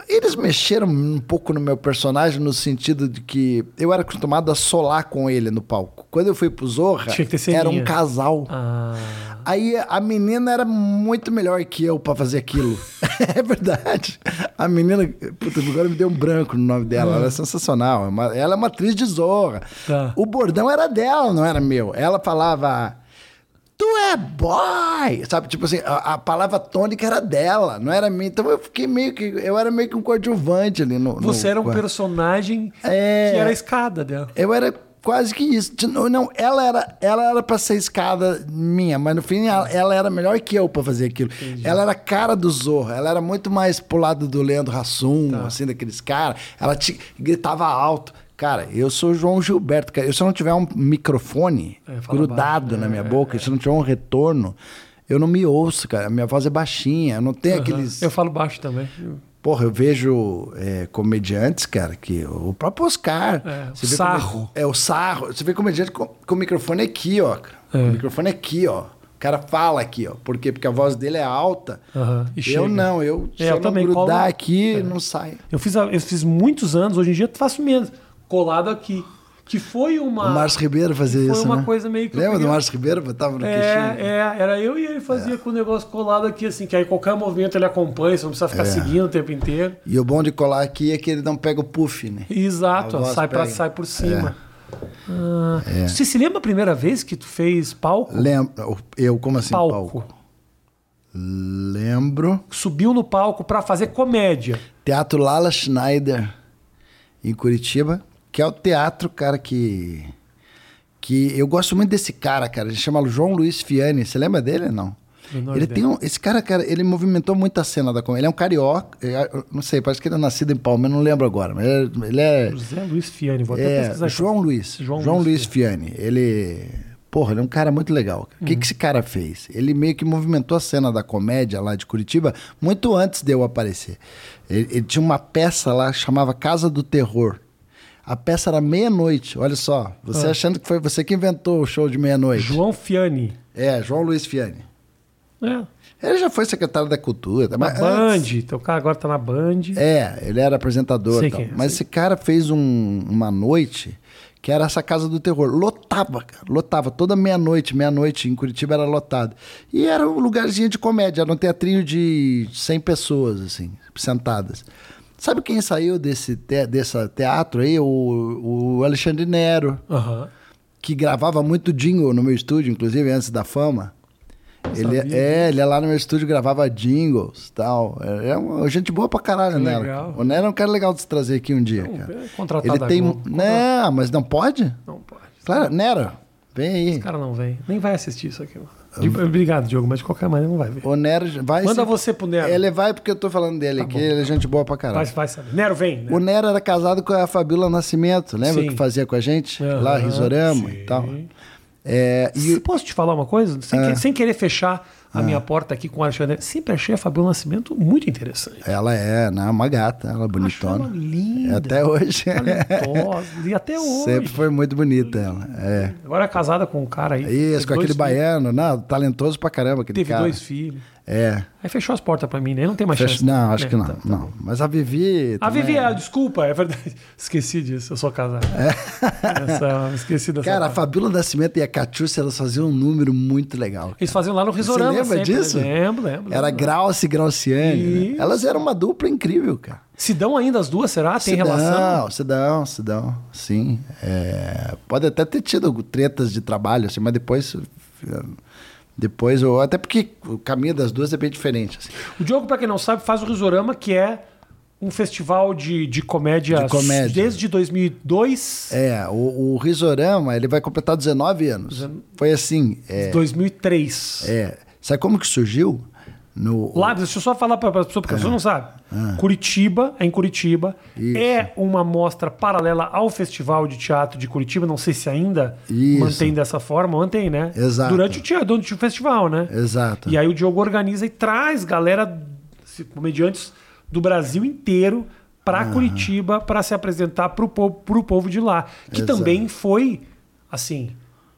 B: Eles mexeram um pouco no meu personagem no sentido de que eu era acostumado a solar com ele no palco. Quando eu fui pro Zorra,
A: Tinha que ter ceninha.
B: era um casal.
A: Ah.
B: Aí a menina era muito melhor que eu pra fazer aquilo. é verdade. A menina, puta, agora me deu um branco no nome dela. Ela é sensacional. É uma- Ela é uma atriz de zorra.
A: Tá.
B: O bordão era dela, não era meu. Ela falava. Tu é boy! Sabe, tipo assim, a, a palavra tônica era dela, não era minha. Então eu fiquei meio que. Eu era meio que um coadjuvante ali no. no-
A: Você era um
B: co-
A: personagem
B: É.
A: que era a escada dela.
B: eu era quase que isso. De- Não, não, ela era ela era para ser escada minha, mas no fim ela, ela era melhor que eu pra fazer aquilo. Ela era a cara do Zorro, ela era muito mais pro lado do Leandro Hassum,
A: Tá.
B: assim, daqueles caras. Ela te- gritava alto. Cara, eu sou o João Gilberto, cara. Eu, se eu não tiver um microfone
A: É, fala
B: grudado
A: baixo.
B: na minha boca, se eu não tiver um retorno, eu não me ouço, cara. Minha voz é baixinha, eu não tenho aqueles...
A: Eu falo baixo também.
B: Porra, eu vejo é, comediantes, cara, que o próprio Oscar.
A: É,
B: você
A: o
B: vê
A: sarro.
B: comedi- É, o sarro. Você vê comediante com, com o microfone aqui, ó. cara.
A: É.
B: Com o microfone aqui, ó. O cara fala aqui, ó. Por quê? Porque a voz dele é alta.
A: Aham, e
B: eu
A: chega.
B: não, eu, se
A: É,
B: eu,
A: eu
B: não
A: também É.
B: grudar
A: colo-
B: aqui, não sai.
A: Eu fiz, a- eu fiz muitos anos, hoje em dia eu faço menos. Colado aqui. Que foi uma.
B: O Márcio Ribeiro fazia
A: foi
B: isso,
A: uma
B: né?
A: coisa meio que eu
B: Lembra do
A: queria-
B: Márcio Ribeiro? Botava no
A: É,
B: queixinho.
A: é, era eu e ele fazia com o negócio colado aqui, assim, que aí qualquer movimento ele acompanha, você não precisa ficar
B: É.
A: seguindo o tempo inteiro.
B: E o bom de colar aqui é que ele não pega o puff, né?
A: Exato,
B: A
A: ó,
B: voz
A: sai, pra,
B: pega.
A: sai por
B: É.
A: cima. Ah, Você se lembra a primeira vez que tu fez palco?
B: Lembra? Eu, como assim, palco?
A: palco.
B: Lembro.
A: Subiu no palco pra fazer comédia.
B: Teatro Lala Schneider, em Curitiba, que é o teatro, cara, que. que eu gosto muito desse cara, cara. Ele chama João Luiz Fiani. Você lembra dele não?
A: Menor
B: Ele
A: ideia.
B: tem um, esse cara, cara, ele movimentou muito a cena da comédia. Ele é um carioca, é, eu não sei, parece que ele é nascido em Palmeiras, não lembro agora, mas ele é- ele é
A: José Luiz Fiani, vou até
B: é,
A: pesquisar. aqui.
B: João Luiz.
A: João
B: João,
A: Luiz
B: Luiz, Fiani. Ele. Porra, ele é um cara muito legal. O
A: Uhum.
B: que, que esse cara fez? Ele meio que movimentou a cena da comédia lá de Curitiba muito antes de eu aparecer. Ele, ele tinha uma peça lá que chamava Casa do Terror. A peça era meia-noite, olha só. Você achando que foi você que inventou o show de meia-noite.
A: Ah. João Fiani.
B: É, João Luiz Fiani.
A: É.
B: Ele já foi secretário da Cultura.
A: Na
B: mas antes-
A: Band. Então o cara agora tá na Band.
B: é, ele era apresentador.
A: Sei
B: e tal.
A: quem é,
B: Mas esse cara fez um- uma noite que era essa casa do terror. Lotava, cara. Lotava. Toda meia-noite, meia-noite em Curitiba era lotado. E era um lugarzinho de comédia, era um teatrinho de 100 pessoas, assim, sentadas. Sabe quem saiu desse, te- desse teatro aí? O, o Alexandre Nero
A: Aham.
B: que gravava muito jingle no meu estúdio, inclusive antes da fama. Ele,
A: sabia
B: é, ele ia lá no meu estúdio gravava jingles e tal. É é uma gente boa pra caralho,
A: Que
B: né?
A: legal.
B: O Nero é um cara legal de se trazer aqui um dia,
A: Não,
B: cara.
A: é contratado
B: Ele
A: da
B: tem.
A: Globo.
B: Não, mas não pode?
A: Não pode.
B: Claro, Nero, vem aí.
A: O cara não vem. Nem vai assistir isso aqui. mano. De- Obrigado, Diogo, mas de qualquer maneira não vai ver.
B: O Nero vai.
A: Manda
B: sim.
A: você pro Nero. Tá
B: Ele vai porque eu tô falando dele aqui, ele é gente boa pra
A: Vai,
B: caralho.
A: vai saber. Nero vem. Né?
B: O Nero era casado com a Fabíola Nascimento, lembra
A: Sim.
B: que fazia com a gente?
A: Aham,
B: lá, Risorama
A: sim.
B: e tal. É, e Ah.
A: Se Posso te falar uma coisa? Sem, que- sem querer fechar a minha porta aqui com o Alexandre. Sempre achei a Fabiola Nascimento muito interessante.
B: ela é né, uma gata, ela é
A: Acho ela
B: bonitona.
A: linda,
B: É Até hoje.
A: talentosa. e até hoje.
B: Sempre foi muito bonita ela. É.
A: Agora é casada com um cara aí.
B: Isso,
A: Teve
B: com aquele
A: dois filhos,
B: baiano, não, talentoso pra caramba aquele
A: Teve
B: cara.
A: dois filhos.
B: É.
A: Aí fechou as portas pra mim, né? Não tem mais
B: Fecha-
A: chance.
B: Não, acho
A: É,
B: que não,
A: tá.
B: não. Mas a Vivi.
A: A
B: também- É.
A: Vivi, ah, desculpa, é verdade. Esqueci disso, eu sou casado. Essa- esqueci dessa.
B: Cara, a
A: parte.
B: Fabíola Nascimento e a Catiúcia, elas faziam um número muito legal.
A: eles faziam lá no Risorama.
B: lembra
A: sempre, né?
B: disso?
A: Lembro, lembro.
B: Era
A: lembro.
B: Grauce e Grauciane. né?
A: Isso.
B: Elas eram uma dupla incrível, cara.
A: Se dão ainda as duas, será? Tem
B: se
A: relação?
B: Não, se dão, se dão, sim. É, pode até ter tido tretas de trabalho, assim, mas depois. é, Depois, ou até porque o caminho das duas é bem diferente. assim.
A: O Diogo, pra quem não sabe, faz o Risorama, que é um festival de, de comédia,
B: De comédia.
A: desde 2002,
B: É, o, o Risorama, ele vai completar 19 anos. Foi assim. É,
A: 2003.
B: é, sabe como que surgiu? No,
A: Lá, deixa eu só falar para as pessoas, porque as pessoas não sabem. Curitiba, é em Curitiba,
B: Ah. Isso.
A: é uma mostra paralela ao Festival de Teatro de Curitiba. Não sei se ainda
B: Isso.
A: mantém dessa forma, mantém, né?
B: Exato.
A: Durante o teatro, durante o festival, né?
B: Exato.
A: E aí o Diogo organiza e traz galera, se- comediantes do Brasil inteiro para Curitiba para se apresentar para o povo, pro povo de lá. Que
B: Exato.
A: também foi, assim,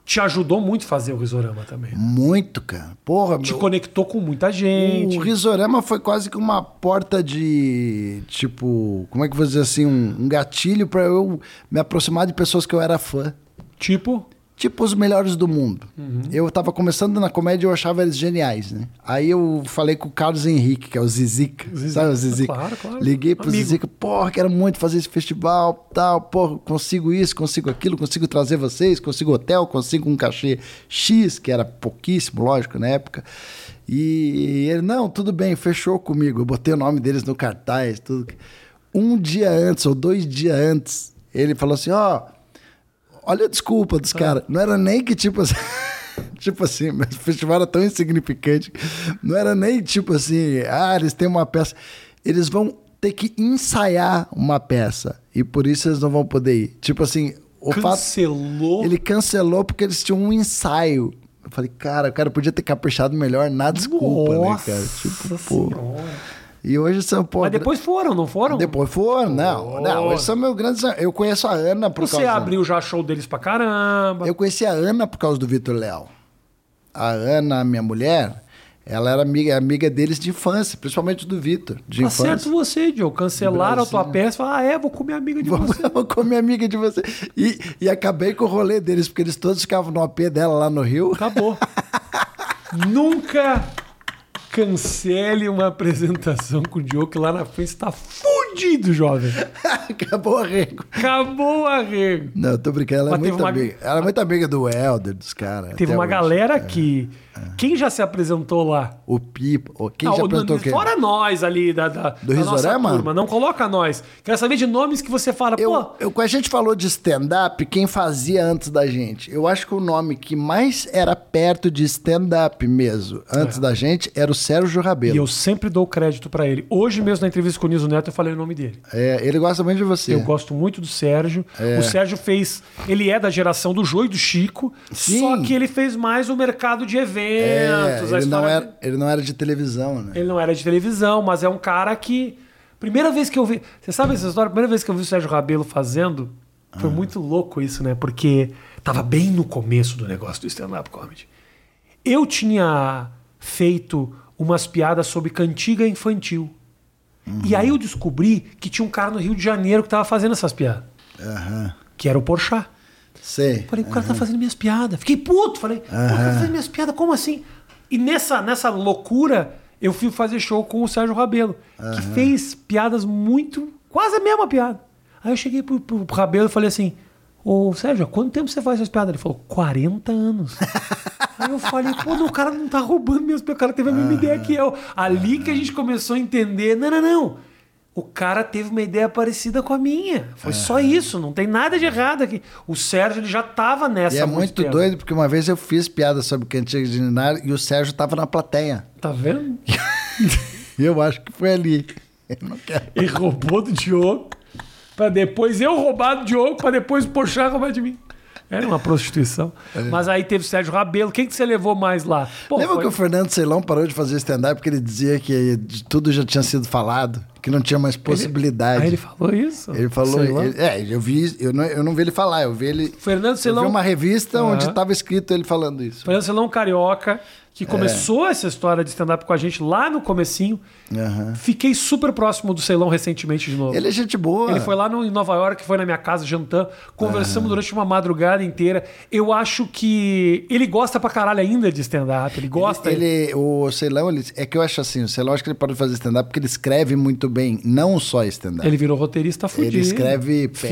A: te ajudou muito fazer o Risorama também.
B: Muito, cara. Porra,
A: Te
B: meu,
A: conectou com muita gente.
B: o Risorama foi quase que uma porta de. Tipo, como é que eu vou dizer assim? Um, um gatilho pra eu me aproximar de pessoas que eu era fã.
A: Tipo,
B: Tipo os melhores do mundo.
A: Uhum.
B: Eu tava começando na comédia e eu achava eles geniais, né? Aí eu falei com o Carlos Henrique, que é o Zizica.
A: Zizica,
B: Sabe o Zizica?
A: claro, claro.
B: Liguei pro
A: Amigo.
B: Zizica, porra, quero muito fazer esse festival, tal, porra, consigo isso, consigo aquilo, consigo trazer vocês, consigo hotel, consigo um cachê X, que era pouquíssimo, lógico, na época. E ele, não, tudo bem, fechou comigo. Eu botei o nome deles no cartaz, tudo. Um dia antes, ou dois dias antes, ele falou assim, ó... Olha a desculpa
A: Ah.
B: dos caras. Não era nem que tipo assim. Tipo assim, mas o festival era tão insignificante. Não era nem tipo assim, ah, eles têm uma peça. Eles vão ter que ensaiar uma peça. E por isso eles não vão poder ir. Tipo assim, o fato.
A: cancelou.
B: Ele cancelou porque eles tinham um ensaio. Eu falei, cara, o cara podia ter caprichado melhor na desculpa,
A: Nossa
B: né, cara? Tipo, pô.
A: Senhora.
B: E hoje são, pô.
A: Mas depois foram, não foram?
B: Depois foram, não. Não, eles são meus grandes. Eu conheço a Ana por
A: Você
B: causa
A: abriu já show deles pra caramba.
B: Eu conheci a Ana por causa do Vitor Léo. A Ana, minha mulher, ela era amiga, é amiga deles de infância, principalmente do Vitor, de
A: Tá certo
B: infância.
A: você, Joe. Cancelaram a tua peça e falaram, ah, é, vou comer amiga de
B: Vamos
A: você.
B: com minha amiga de você. E, e acabei com o rolê deles, porque eles todos ficavam no AP dela lá no Rio.
A: Acabou. Nunca cancele uma apresentação com o Joe, que lá na frente tá fudido, jovem. Tá.
B: Acabou a rego.
A: Acabou o arrego.
B: Não, tô brincando, ela é
A: Mas teve
B: muito
A: uma-
B: amiga. Ela é muito amiga do Helder, dos caras.
A: Teve
B: até
A: uma
B: hoje. É,
A: galera que. Quem já se apresentou lá?
B: O Pipo. o- Quem
A: Não,
B: já
A: o-
B: apresentou quem?
A: Fora nós ali da, da, da nossa
B: Risorama?
A: turma. Não coloca nós. Quero saber de nomes que você fala,
B: Eu,
A: pô.
B: eu, quando a gente falou de stand-up, quem fazia antes da gente? Eu acho que o nome que mais era perto de stand-up mesmo, antes da gente, era o Sérgio
A: É. E
B: Rabelo.
A: eu sempre dou crédito pra ele. Hoje mesmo, na entrevista com o Niso Neto, eu falei o nome dele.
B: É, ele gosta muito de você.
A: Eu gosto muito do Sérgio. O Sérgio fez. Ele é da geração do Jô e do Chico.
B: Sim.
A: Só que ele fez mais o mercado de
B: É,
A: eventos. a
B: ele, não
A: história-
B: era, ele não era de televisão, né?
A: ele não era de televisão, mas é um cara que. Primeira vez que eu vi. Você sabe essa história? Primeira vez que eu vi o Sérgio Rabelo fazendo. Foi
B: Ah.
A: muito louco isso, né? Porque tava bem no começo do negócio do stand-up comedy. Eu tinha feito umas piadas sobre cantiga infantil.
B: Uhum.
A: E aí eu descobri que tinha um cara no Rio de Janeiro que tava fazendo essas piadas
B: Aham.
A: que era o Porchat.
B: Sei.
A: Falei, o cara tá fazendo minhas piadas. Fiquei puto, falei, pô, o cara tá fazendo minhas piadas, como assim? E nessa, nessa loucura, eu fui fazer show com o Sérgio Rabelo, que fez piadas muito, quase a mesma piada. Aí eu cheguei pro, pro Rabelo e falei assim, ô Sérgio, há quanto tempo você faz essas piadas? Ele falou, 40 anos. Aí eu falei, pô, não, o cara não tá roubando minhas piadas, o cara teve a mesma ideia que eu. Ali que a gente começou a entender, não, não, não. O cara teve uma ideia parecida com a minha. Foi só isso, não tem nada de errado aqui. O Sérgio ele já tava nessa.
B: E
A: há
B: é muito
A: tempo.
B: doido, porque uma vez eu fiz piada sobre cantiga de Ninar e o Sérgio tava na plateia.
A: Tá vendo?
B: Eu acho que foi ali. Eu não quero.
A: Ele roubou do Diogo, pra depois eu roubar do Diogo, pra depois o Pochá roubar de mim. Era uma prostituição. Mas aí teve o Sérgio Rabelo. Quem que você levou mais lá? Pô,
B: Lembra
A: foi-
B: que o Fernando Ceilão parou de fazer stand-up porque ele dizia que de tudo já tinha sido falado, que não tinha mais possibilidade.
A: Aí ele
B: ele,
A: falou isso?
B: falou.
A: Sei lá.
B: ele- é, eu vi. Eu não, eu não vi ele falar, eu vi ele.
A: Fernando Ceilão-
B: Eu vi uma revista
A: Aham.
B: onde estava escrito ele falando isso.
A: Fernando Celão um Carioca, que começou essa história de stand-up com a gente lá no comecinho.
B: Aham.
A: Fiquei super próximo do Ceilão recentemente de novo.
B: Ele é gente boa.
A: Ele foi lá no, em Nova York, foi na minha casa jantar,
B: É.
A: conversamos durante uma madrugada inteira. Eu acho que ele gosta pra caralho ainda de stand-up, ele gosta.
B: Ele, ele- o Ceilão, ele, é que eu acho assim, o Ceilão acho que ele parou de fazer stand-up porque ele escreve muito bem, não só stand-up.
A: ele virou roteirista fudido.
B: Ele escreve peça,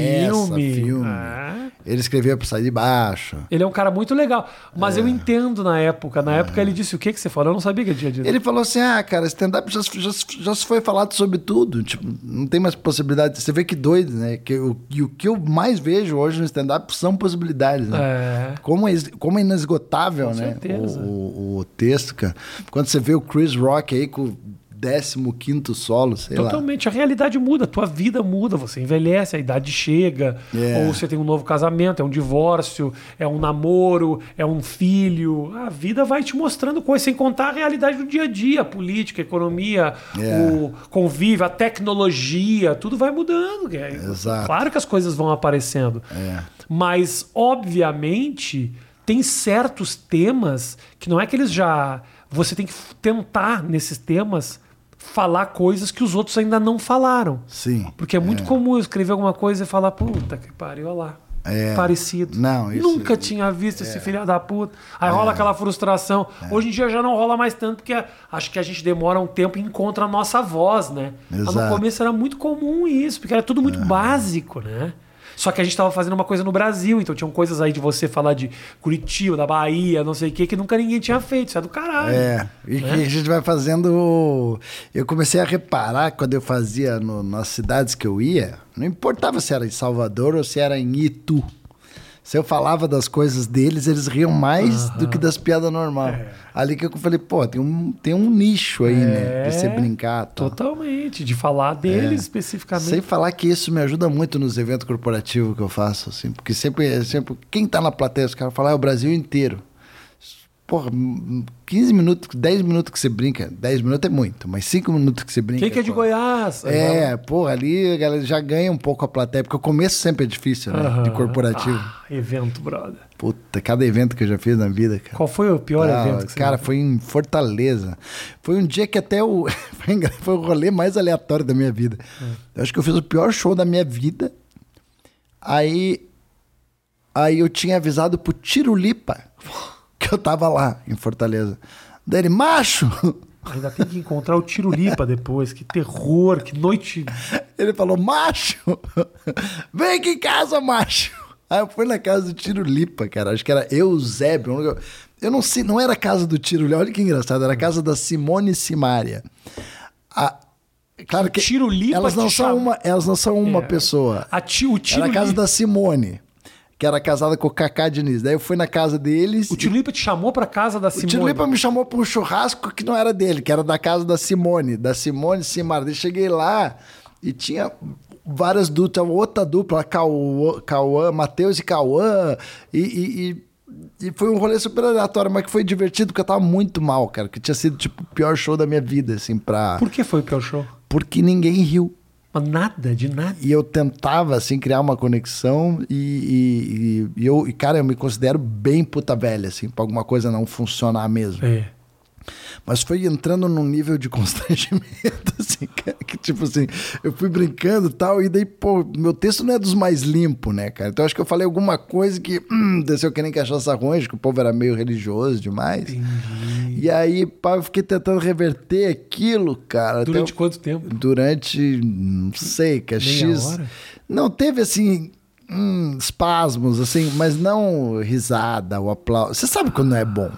B: filme.
A: Ah.
B: Ele escrevia pra sair de baixo.
A: Ele é um cara muito legal. Mas
B: É.
A: eu entendo na época. Na época ele disse o que, que você falou? Eu não sabia que tinha dito.
B: Ele falou assim: ah, cara, stand-up já, se- já, se- já se foi falado sobre tudo. Tipo, não tem mais possibilidade. Você vê que doido, né? Que, o, e o que eu mais vejo hoje no stand-up são possibilidades, né?
A: É.
B: Como, é, es- como é inesgotável,
A: Com
B: né?
A: certeza.
B: O, o- o texto, cara. Quando você vê o Chris Rock aí com o 15 solo, sei lá.
A: Totalmente, a realidade muda, a tua vida muda, você envelhece, a idade chega,
B: É.
A: ou você tem um novo casamento, é um divórcio, é um namoro, é um filho. A vida vai te mostrando coisas, sem contar a realidade do dia a dia, a política, a economia,
B: É.
A: o convívio, a tecnologia, tudo vai mudando. cara.
B: Exato.
A: Claro que as coisas vão aparecendo. Mas, obviamente, tem certos temas que não é que eles já. Você tem que tentar, nesses temas, falar coisas que os outros ainda não falaram.
B: Sim.
A: Porque é muito comum eu escrever alguma coisa e falar, puta que pariu, olha lá.
B: É.
A: Parecido.
B: Não, isso- é.
A: Nunca tinha visto esse filho da puta. Aí rola aquela frustração. Hoje em dia já não rola mais tanto, porque acho que a gente demora um tempo e encontra a nossa voz, né? Mas No
B: Exato. É.
A: começo era muito comum isso, porque era tudo muito básico, né? Só que a gente tava fazendo uma coisa no Brasil, então tinham coisas aí de você falar de Curitiba, da Bahia, não sei o que, que nunca ninguém tinha feito. Isso é do caralho.
B: É, e que a gente vai fazendo. Eu comecei a reparar quando eu fazia no- nas cidades que eu ia, não importava se era em Salvador ou se era em Itu. Se eu falava das coisas deles, eles riam mais do que das piadas normal.
A: É.
B: Ali que eu falei, pô, tem um, tem um nicho aí, né?
A: É.
B: De você brincar. tal.
A: Totalmente, de falar
B: É.
A: dele especificamente.
B: Sem falar que isso me ajuda muito nos eventos corporativos que eu faço, assim, porque sempre, sempre quem tá na plateia, os caras falam, é o Brasil inteiro. Porra, hum, 15 minutos, 10 minutos que você brinca, 10 minutos é muito, mas 5 minutos que você brinca.
A: Quem que é de
B: porra.
A: Goiás? né?
B: É, porra, ali a galera já ganha um pouco a plateia, porque o começo sempre é difícil, né? De
A: Aham.
B: corporativo.
A: Ah, evento, brother.
B: Puta, cada evento que eu já fiz na vida, cara.
A: Qual foi o pior
B: Ah,
A: evento que você
B: cara,
A: já-
B: foi em Fortaleza. Foi um dia que até o. foi engra- foi o rolê mais aleatório da minha vida.
A: É.
B: Eu acho que eu fiz o pior show da minha vida. Aí. Aí eu tinha avisado pro Tirulipa que eu tava lá em Fortaleza. Daí ele, macho!
A: Ainda tem que encontrar o Tirulipa depois. Que terror, que noite.
B: Ele falou, macho! Vem aqui em casa, macho! Aí eu fui na casa do Tiro Lipa, cara. Acho que era Eusébio. um lugar- Eu não sei, não era a casa do Tiro Lipa. Olha que engraçado, era a casa da Simone Simária. A- Claro que.
A: Tiro Lipa
B: elas não
A: te
B: são
A: chama-
B: uma Elas não são uma
A: É.
B: pessoa.
A: A ti, o
B: Era a casa
A: Tirulipa.
B: da Simone, que era casada com o Cacá Diniz. Daí eu fui na casa deles.
A: O Tirulipa te chamou pra casa da
B: O
A: Simone.
B: Tio Lipa me chamou pra um churrasco que não era dele, que era da casa da Simone, da Simone Simara. Eu cheguei lá e tinha várias duplas, outra dupla, Cauã, Cauã Matheus e Cauã, e, e, e- e foi um rolê super aleatório, mas que foi divertido, porque eu tava muito mal, cara, que tinha sido, tipo, o pior show da minha vida, assim, pra...
A: Por que foi o pior show?
B: Porque ninguém riu.
A: Mas nada, de nada.
B: E eu tentava, assim, criar uma conexão e, e, e- e eu, e, cara, eu me considero bem puta velha, assim, pra alguma coisa não funcionar mesmo.
A: É.
B: Mas foi entrando num nível de constrangimento, assim, cara, que tipo assim, eu fui brincando e tal, e daí, pô, meu texto não é dos mais limpos, né, cara? Então acho que eu falei alguma coisa que hum, desceu que nem cachaça ruim, acho que o povo era meio religioso demais. E aí, pá, eu fiquei tentando reverter aquilo, cara. até
A: Durante
B: eu-
A: quanto tempo?
B: durante, não sei, que é
A: Meia
B: X.
A: hora?
B: Não, teve assim. hum, espasmos, assim, mas não risada, o aplauso. Você sabe quando não é bom.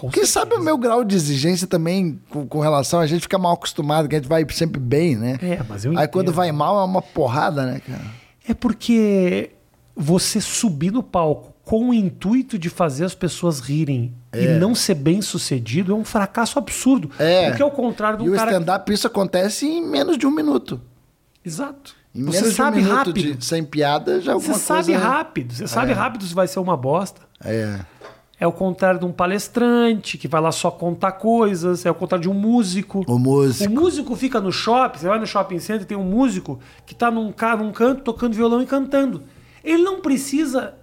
B: Porque sabe o meu grau de exigência também com, com relação a gente fica mal acostumado, que a gente vai sempre bem, né?
A: É, mas eu
B: Aí
A: entendo.
B: quando vai mal é uma porrada, né, cara?
A: É porque você subir no palco com o intuito de fazer as pessoas rirem e não ser bem sucedido é um fracasso absurdo.
B: É.
A: Porque é o contrário
B: E
A: do
B: o
A: cara.
B: stand-up, isso acontece em menos de um minuto.
A: Exato.
B: Em
A: Você
B: menos
A: sabe
B: de um minuto
A: rápido.
B: de- sem piada, já é alguma
A: Você sabe
B: coisa... né?
A: rápido, você sabe rápido se vai ser uma bosta.
B: É.
A: É o contrário de um palestrante que vai lá só contar coisas, é o contrário de um músico.
B: O músico.
A: O músico fica no shopping, você vai no shopping center e tem um músico que tá num, ca- num canto tocando violão e cantando. Ele não precisa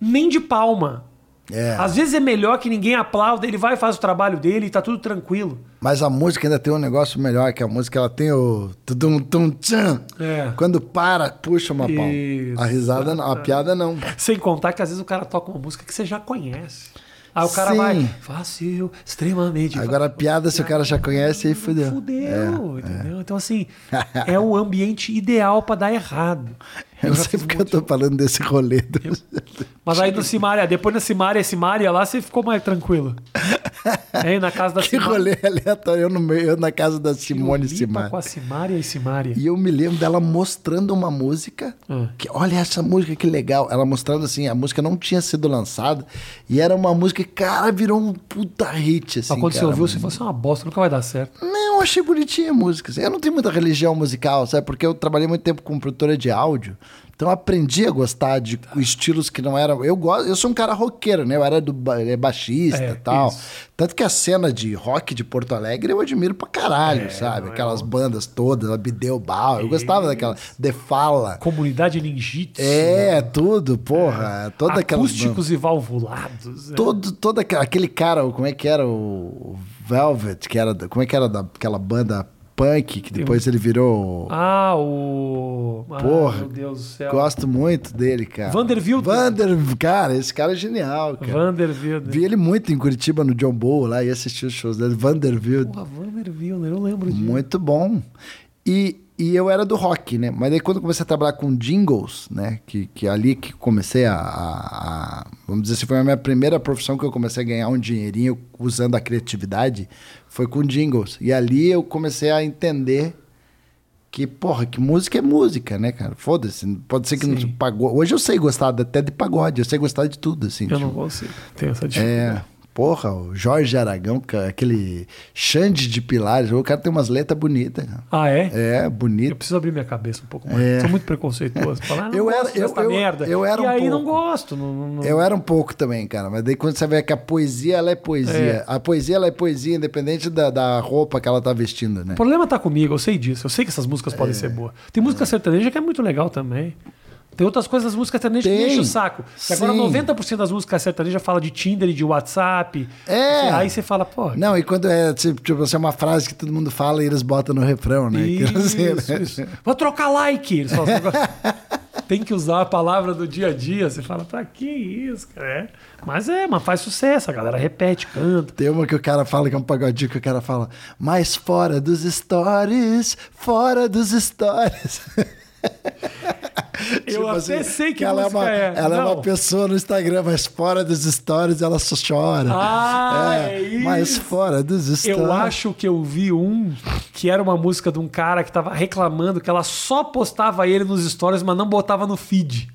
A: nem de palma.
B: É.
A: Às vezes é melhor que ninguém aplauda, ele vai e faz o trabalho dele e tá tudo tranquilo.
B: Mas a música ainda tem um negócio melhor, que a música ela tem o tudum tum tchan.
A: É.
B: Quando para, puxa uma palma.
A: Isso.
B: A risada não, a piada não.
A: Sem contar que às vezes o cara toca uma música que você já conhece. Aí o cara
B: Sim.
A: vai, fácil, extremamente.
B: Agora a piada, se o cara já conhece, aí fudeu. É.
A: Fudeu, entendeu? Então, assim, é o ambiente ideal pra dar errado.
B: Eu não
A: um
B: sei porque eu tô falando desse rolê. do-
A: Mas aí no Simária, depois na Simária, Simária lá, você ficou mais tranquilo. Aí na casa da
B: Que rolê aleatório. Eu, no meio, eu na casa da Simone
A: Lipa Com a
B: Simaria.
A: Simária e Simária.
B: E eu me lembro dela mostrando uma música.
A: Hum.
B: Que, olha essa música, que legal. Ela mostrando assim, a música não tinha sido lançada. E era uma música, que, cara, virou um puta hit. Assim,
A: Mas quando você
B: cara.
A: ouviu, você falou, isso é uma bosta, nunca vai dar certo.
B: Não, eu achei bonitinha a música. assim. Eu não tenho muita religião musical, sabe?
A: Tá.
B: Porque eu trabalhei muito tempo com produtora de áudio. Então eu aprendi a gostar de estilos que não eram. exemplo, eu gosto, eu sou um cara roqueiro, né? Eu era do ba- é, baixista
A: É,
B: e tal.
A: isso.
B: Tanto que a cena de rock de Porto Alegre eu admiro pra caralho,
A: É,
B: sabe? Aquelas bandas todas, Abdeu Bal, eu gostava daquela The Fala.
A: Comunidade ninjitsu.
B: É, tudo, porra.
A: É.
B: Toda aquela.
A: Acústicos e valvulados. né?
B: Todo, todo aquela- aquele cara, o- como é que era o o Velvet, que era, da- como é que era daquela banda punk que depois ele virou.
A: um Ah, é. o. Ah,
B: Porra.
A: meu Deus do céu.
B: Gosto muito dele, cara.
A: Vander Wilder.
B: Vander, cara, esse cara é genial, cara.
A: Vander Wilder.
B: Vi ele muito em Curitiba no John Bowl lá e assisti os shows dele. Vander Wilder.
A: Porra, Vander Wilder, eu lembro disso.
B: Muito bom. E, e eu era do rock, né? Mas daí quando eu comecei a trabalhar com jingles, né? Que, que ali que comecei a, a- a- Vamos dizer assim, foi a minha primeira profissão que eu comecei a ganhar um dinheirinho usando a criatividade. Foi com jingles. E ali eu comecei a entender que, porra, que música é música, né, cara? Foda-se. Pode ser que não
A: Sim.
B: pagou. Hoje eu sei gostar até de pagode. Eu sei gostar de tudo, assim.
A: Eu
B: tipo.
A: não consigo. Tem essa dificuldade.
B: É. Porra, o Jorge Aragão, ca- aquele Xande de Pilares, o cara tem umas letras bonitas. cara.
A: Ah, é?
B: É,
A: Eu
B: bonito.
A: preciso abrir minha cabeça um pouco mais.
B: É.
A: Sou muito preconceituoso. Falar, ah, não
B: Eu
A: gosto
B: era- eu-
A: dessa
B: eu-
A: merda.
B: eu era
A: e
B: um
A: aí
B: pouco.
A: não gosto. Não, não- não-
B: Eu era um pouco também, cara, mas daí quando você vê que a poesia, ela é poesia.
A: É.
B: A poesia, ela é poesia independente da, da roupa que ela tá vestindo, né?
A: O problema tá comigo, eu sei disso. Eu sei que essas músicas
B: É.
A: podem ser boas. Tem música sertaneja que é muito legal também. Tem outras coisas das músicas sertanejas que
B: Tem.
A: enchem o saco. E agora
B: Sim.
A: 90% das músicas sertanejas fala de Tinder e de WhatsApp. Assim,
B: É.
A: Aí você fala, pô,
B: Não, e quando é, tipo, tipo assim, uma frase que todo mundo fala e eles botam no refrão, né? Que não sei,
A: Isso,
B: né?
A: isso. Vou trocar like. Eles falam assim, Tem que usar a palavra do dia a dia. Você fala, pra que isso, cara? É. Mas é, mas faz sucesso. A galera repete, canta.
B: Tem uma que o cara fala, que é um pagodinho, que o cara fala, mas fora dos stories, fora dos stories.
A: Eu até sei que
B: Tipo ela
A: música
B: é uma,
A: é.
B: Ela é
A: Não.
B: uma pessoa no Instagram, mas fora dos stories ela só chora.
A: Ah, é isso.
B: Mas fora dos stories.
A: Eu acho que eu vi um que era uma música de um cara que tava reclamando que ela só postava ele nos stories, mas não botava no feed.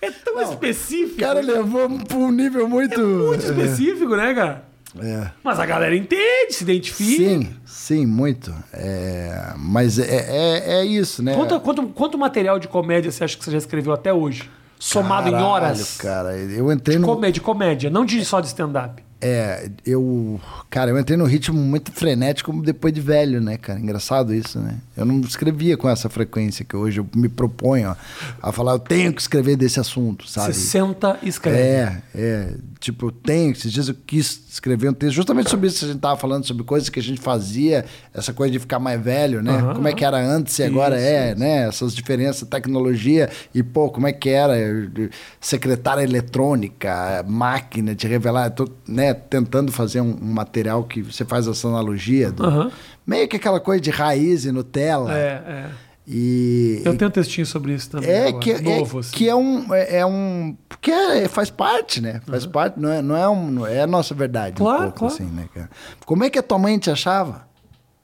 A: é tão
B: O
A: específico.
B: cara é.
A: né?
B: levou pra um nível muito.
A: É muito específico, né, cara?
B: É.
A: Mas a galera entende, se identifica.
B: Sim, sim, muito. É, mas é, é, é isso, né?
A: Quanto, quanto, quanto material de comédia você acha que você já escreveu até hoje? Somado em
B: Caralho,
A: horas?
B: Cara, eu entrei no.
A: Comédia, comédia, não de só de stand-up.
B: É, eu. Cara, eu entrei num ritmo muito frenético depois de velho, né, cara? Engraçado isso, né? Eu não escrevia com essa frequência que hoje eu me proponho a falar, eu tenho que escrever desse assunto, sabe?
A: Você senta e escreve.
B: É, é. Tipo, eu tenho. Esses dias eu quis escrever um texto justamente sobre isso. A gente tava falando sobre coisas que a gente fazia, essa coisa de ficar mais velho, né?
A: Aham.
B: Como é que era antes e agora é, né? Essas diferenças, tecnologia e, pô, como é que era? Secretária eletrônica, máquina de revelar. Eu Tô, né, tentando fazer um, um material que você faz essa analogia. do-
A: Aham.
B: Meio que aquela coisa de raiz e Nutella.
A: É, é.
B: E,
A: Eu tenho um textinho sobre isso também.
B: é
A: agora,
B: que, é,
A: novo, assim.
B: que é um. É, é um porque é- faz parte, né? Faz parte, não é, não é, um, não é a nossa verdade.
A: Claro,
B: um pouco,
A: claro.
B: assim, né, cara? Como é que a tua mãe te achava?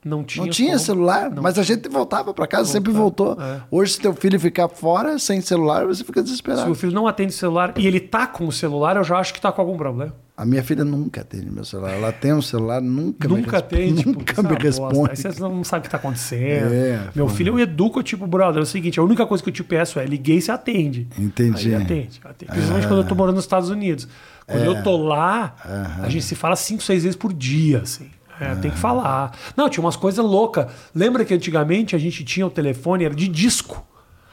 A: Não tinha,
B: Não tinha
A: como.
B: celular, mas a gente voltava pra casa, sempre voltou.
A: é.
B: Hoje, se teu filho ficar fora sem celular, você fica
A: Se
B: desesperado.
A: o filho não atende o celular e ele tá com o celular, eu já acho que tá com algum problema.
B: A minha filha nunca atende meu celular. Ela tem um celular, nunca, me
A: Nunca
B: responde.
A: atende. tipo,
B: Nunca
A: isso é
B: me
A: uma bosta. Aí
B: responde.
A: você não sabe o que tá acontecendo.
B: É,
A: Meu
B: foda.
A: filho, eu educo, eu, tipo, brother, é o seguinte, a única coisa que eu te peço é liguei e você atende.
B: Entendi. É.
A: Aí atende, atende. Principalmente quando eu tô morando nos Estados Unidos. Quando eu tô lá, a gente se fala cinco, seis vezes por dia, assim. É, Tem que falar. Não, tinha umas coisas loucas. Lembra que antigamente a gente tinha o telefone, era de disco.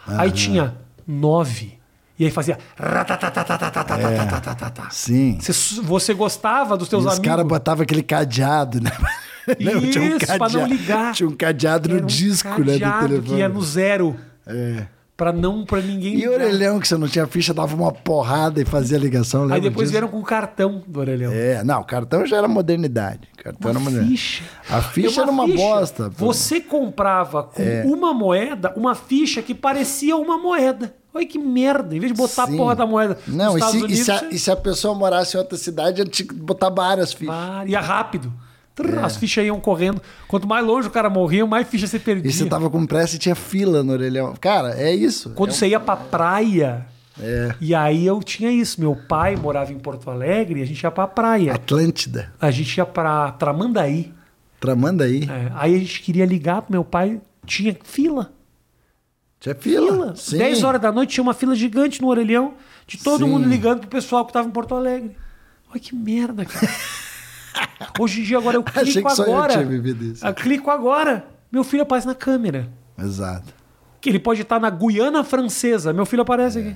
A: Aí tinha nove. E aí fazia. ratatatatatatatatatatatá.
B: Sim.
A: Você, su- você gostava dos teus
B: E os
A: tá amigos.
B: caras botavam aquele cadeado, né? Não,
A: Isso, pra não ligar.
B: Tinha um cadeado
A: Era
B: no
A: um
B: disco, né? Do
A: cadeado
B: telefone.
A: que é no zero.
B: É.
A: Pra não, pra ninguém.
B: E
A: ligar.
B: orelhão que você não tinha ficha, dava uma porrada e fazia ligação.
A: Aí
B: lembra
A: depois
B: disso?
A: vieram com o cartão do orelhão.
B: É, não, o cartão já era modernidade. O cartão era modernidade.
A: ficha.
B: A ficha
A: É
B: era uma
A: ficha.
B: bosta. pô. É.
A: Você comprava com uma moeda, uma ficha que parecia uma moeda. Olha que merda. Em vez de botar
B: Sim.
A: a porra da moeda. nos
B: Não, e se,
A: Estados
B: e
A: Unidos,
B: se a,
A: você-
B: e se a pessoa morasse em outra cidade, ela tinha que botar várias fichas.
A: Ah, Ia rápido. Trrr, As fichas iam correndo. Quanto mais longe o cara morria, mais ficha você perdia.
B: É. E você tá- tava com pressa e tinha fila no orelhão. Cara, é isso.
A: Quando você ia pra praia.
B: É.
A: E aí eu tinha isso. Meu pai morava em Porto Alegre e a gente ia pra praia.
B: Atlântida.
A: A gente ia pra Tramandaí. né?
B: Tramanda aí.
A: É, aí a gente queria ligar pro meu pai, tinha fila.
B: Tinha fila.
A: Fila.
B: Ah, Sim.
A: 10 horas da noite tinha uma fila gigante no orelhão de todo
B: Sim.
A: mundo ligando pro pessoal que tava em Porto Alegre. Olha que merda, cara. Hoje em dia agora eu clico
B: Achei que só eu
A: agora.
B: tinha vivido isso.
A: Eu clico agora. Meu filho aparece na câmera.
B: Exato.
A: Que ele pode estar na Guiana Francesa. Meu filho
B: É.
A: aparece aqui.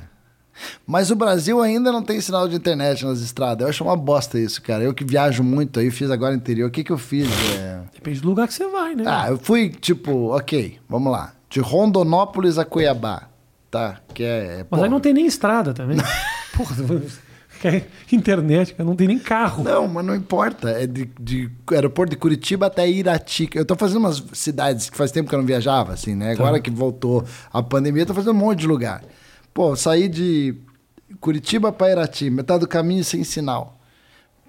B: Mas o Brasil ainda não tem sinal de internet nas estradas. Eu acho uma bosta isso, cara. Eu que viajo muito aí, fiz agora interior. O que, que eu fiz? É...
A: Depende do lugar que você vai, né?
B: Ah, eu fui tipo, ok, vamos lá. De Rondonópolis a Cuiabá. Tá? Que é.
A: Mas
B: porra.
A: aí não tem nem estrada também. Porra, que é internet, cara, não tem nem carro.
B: Não, mas não importa. É de, de aeroporto de Curitiba até Irati. Eu tô fazendo umas cidades que faz tempo que eu não viajava, assim, né?
A: Tá.
B: Agora que voltou a pandemia, eu tô fazendo um monte de lugar. Pô, eu saí de Curitiba pra Irati, metade do caminho sem sinal.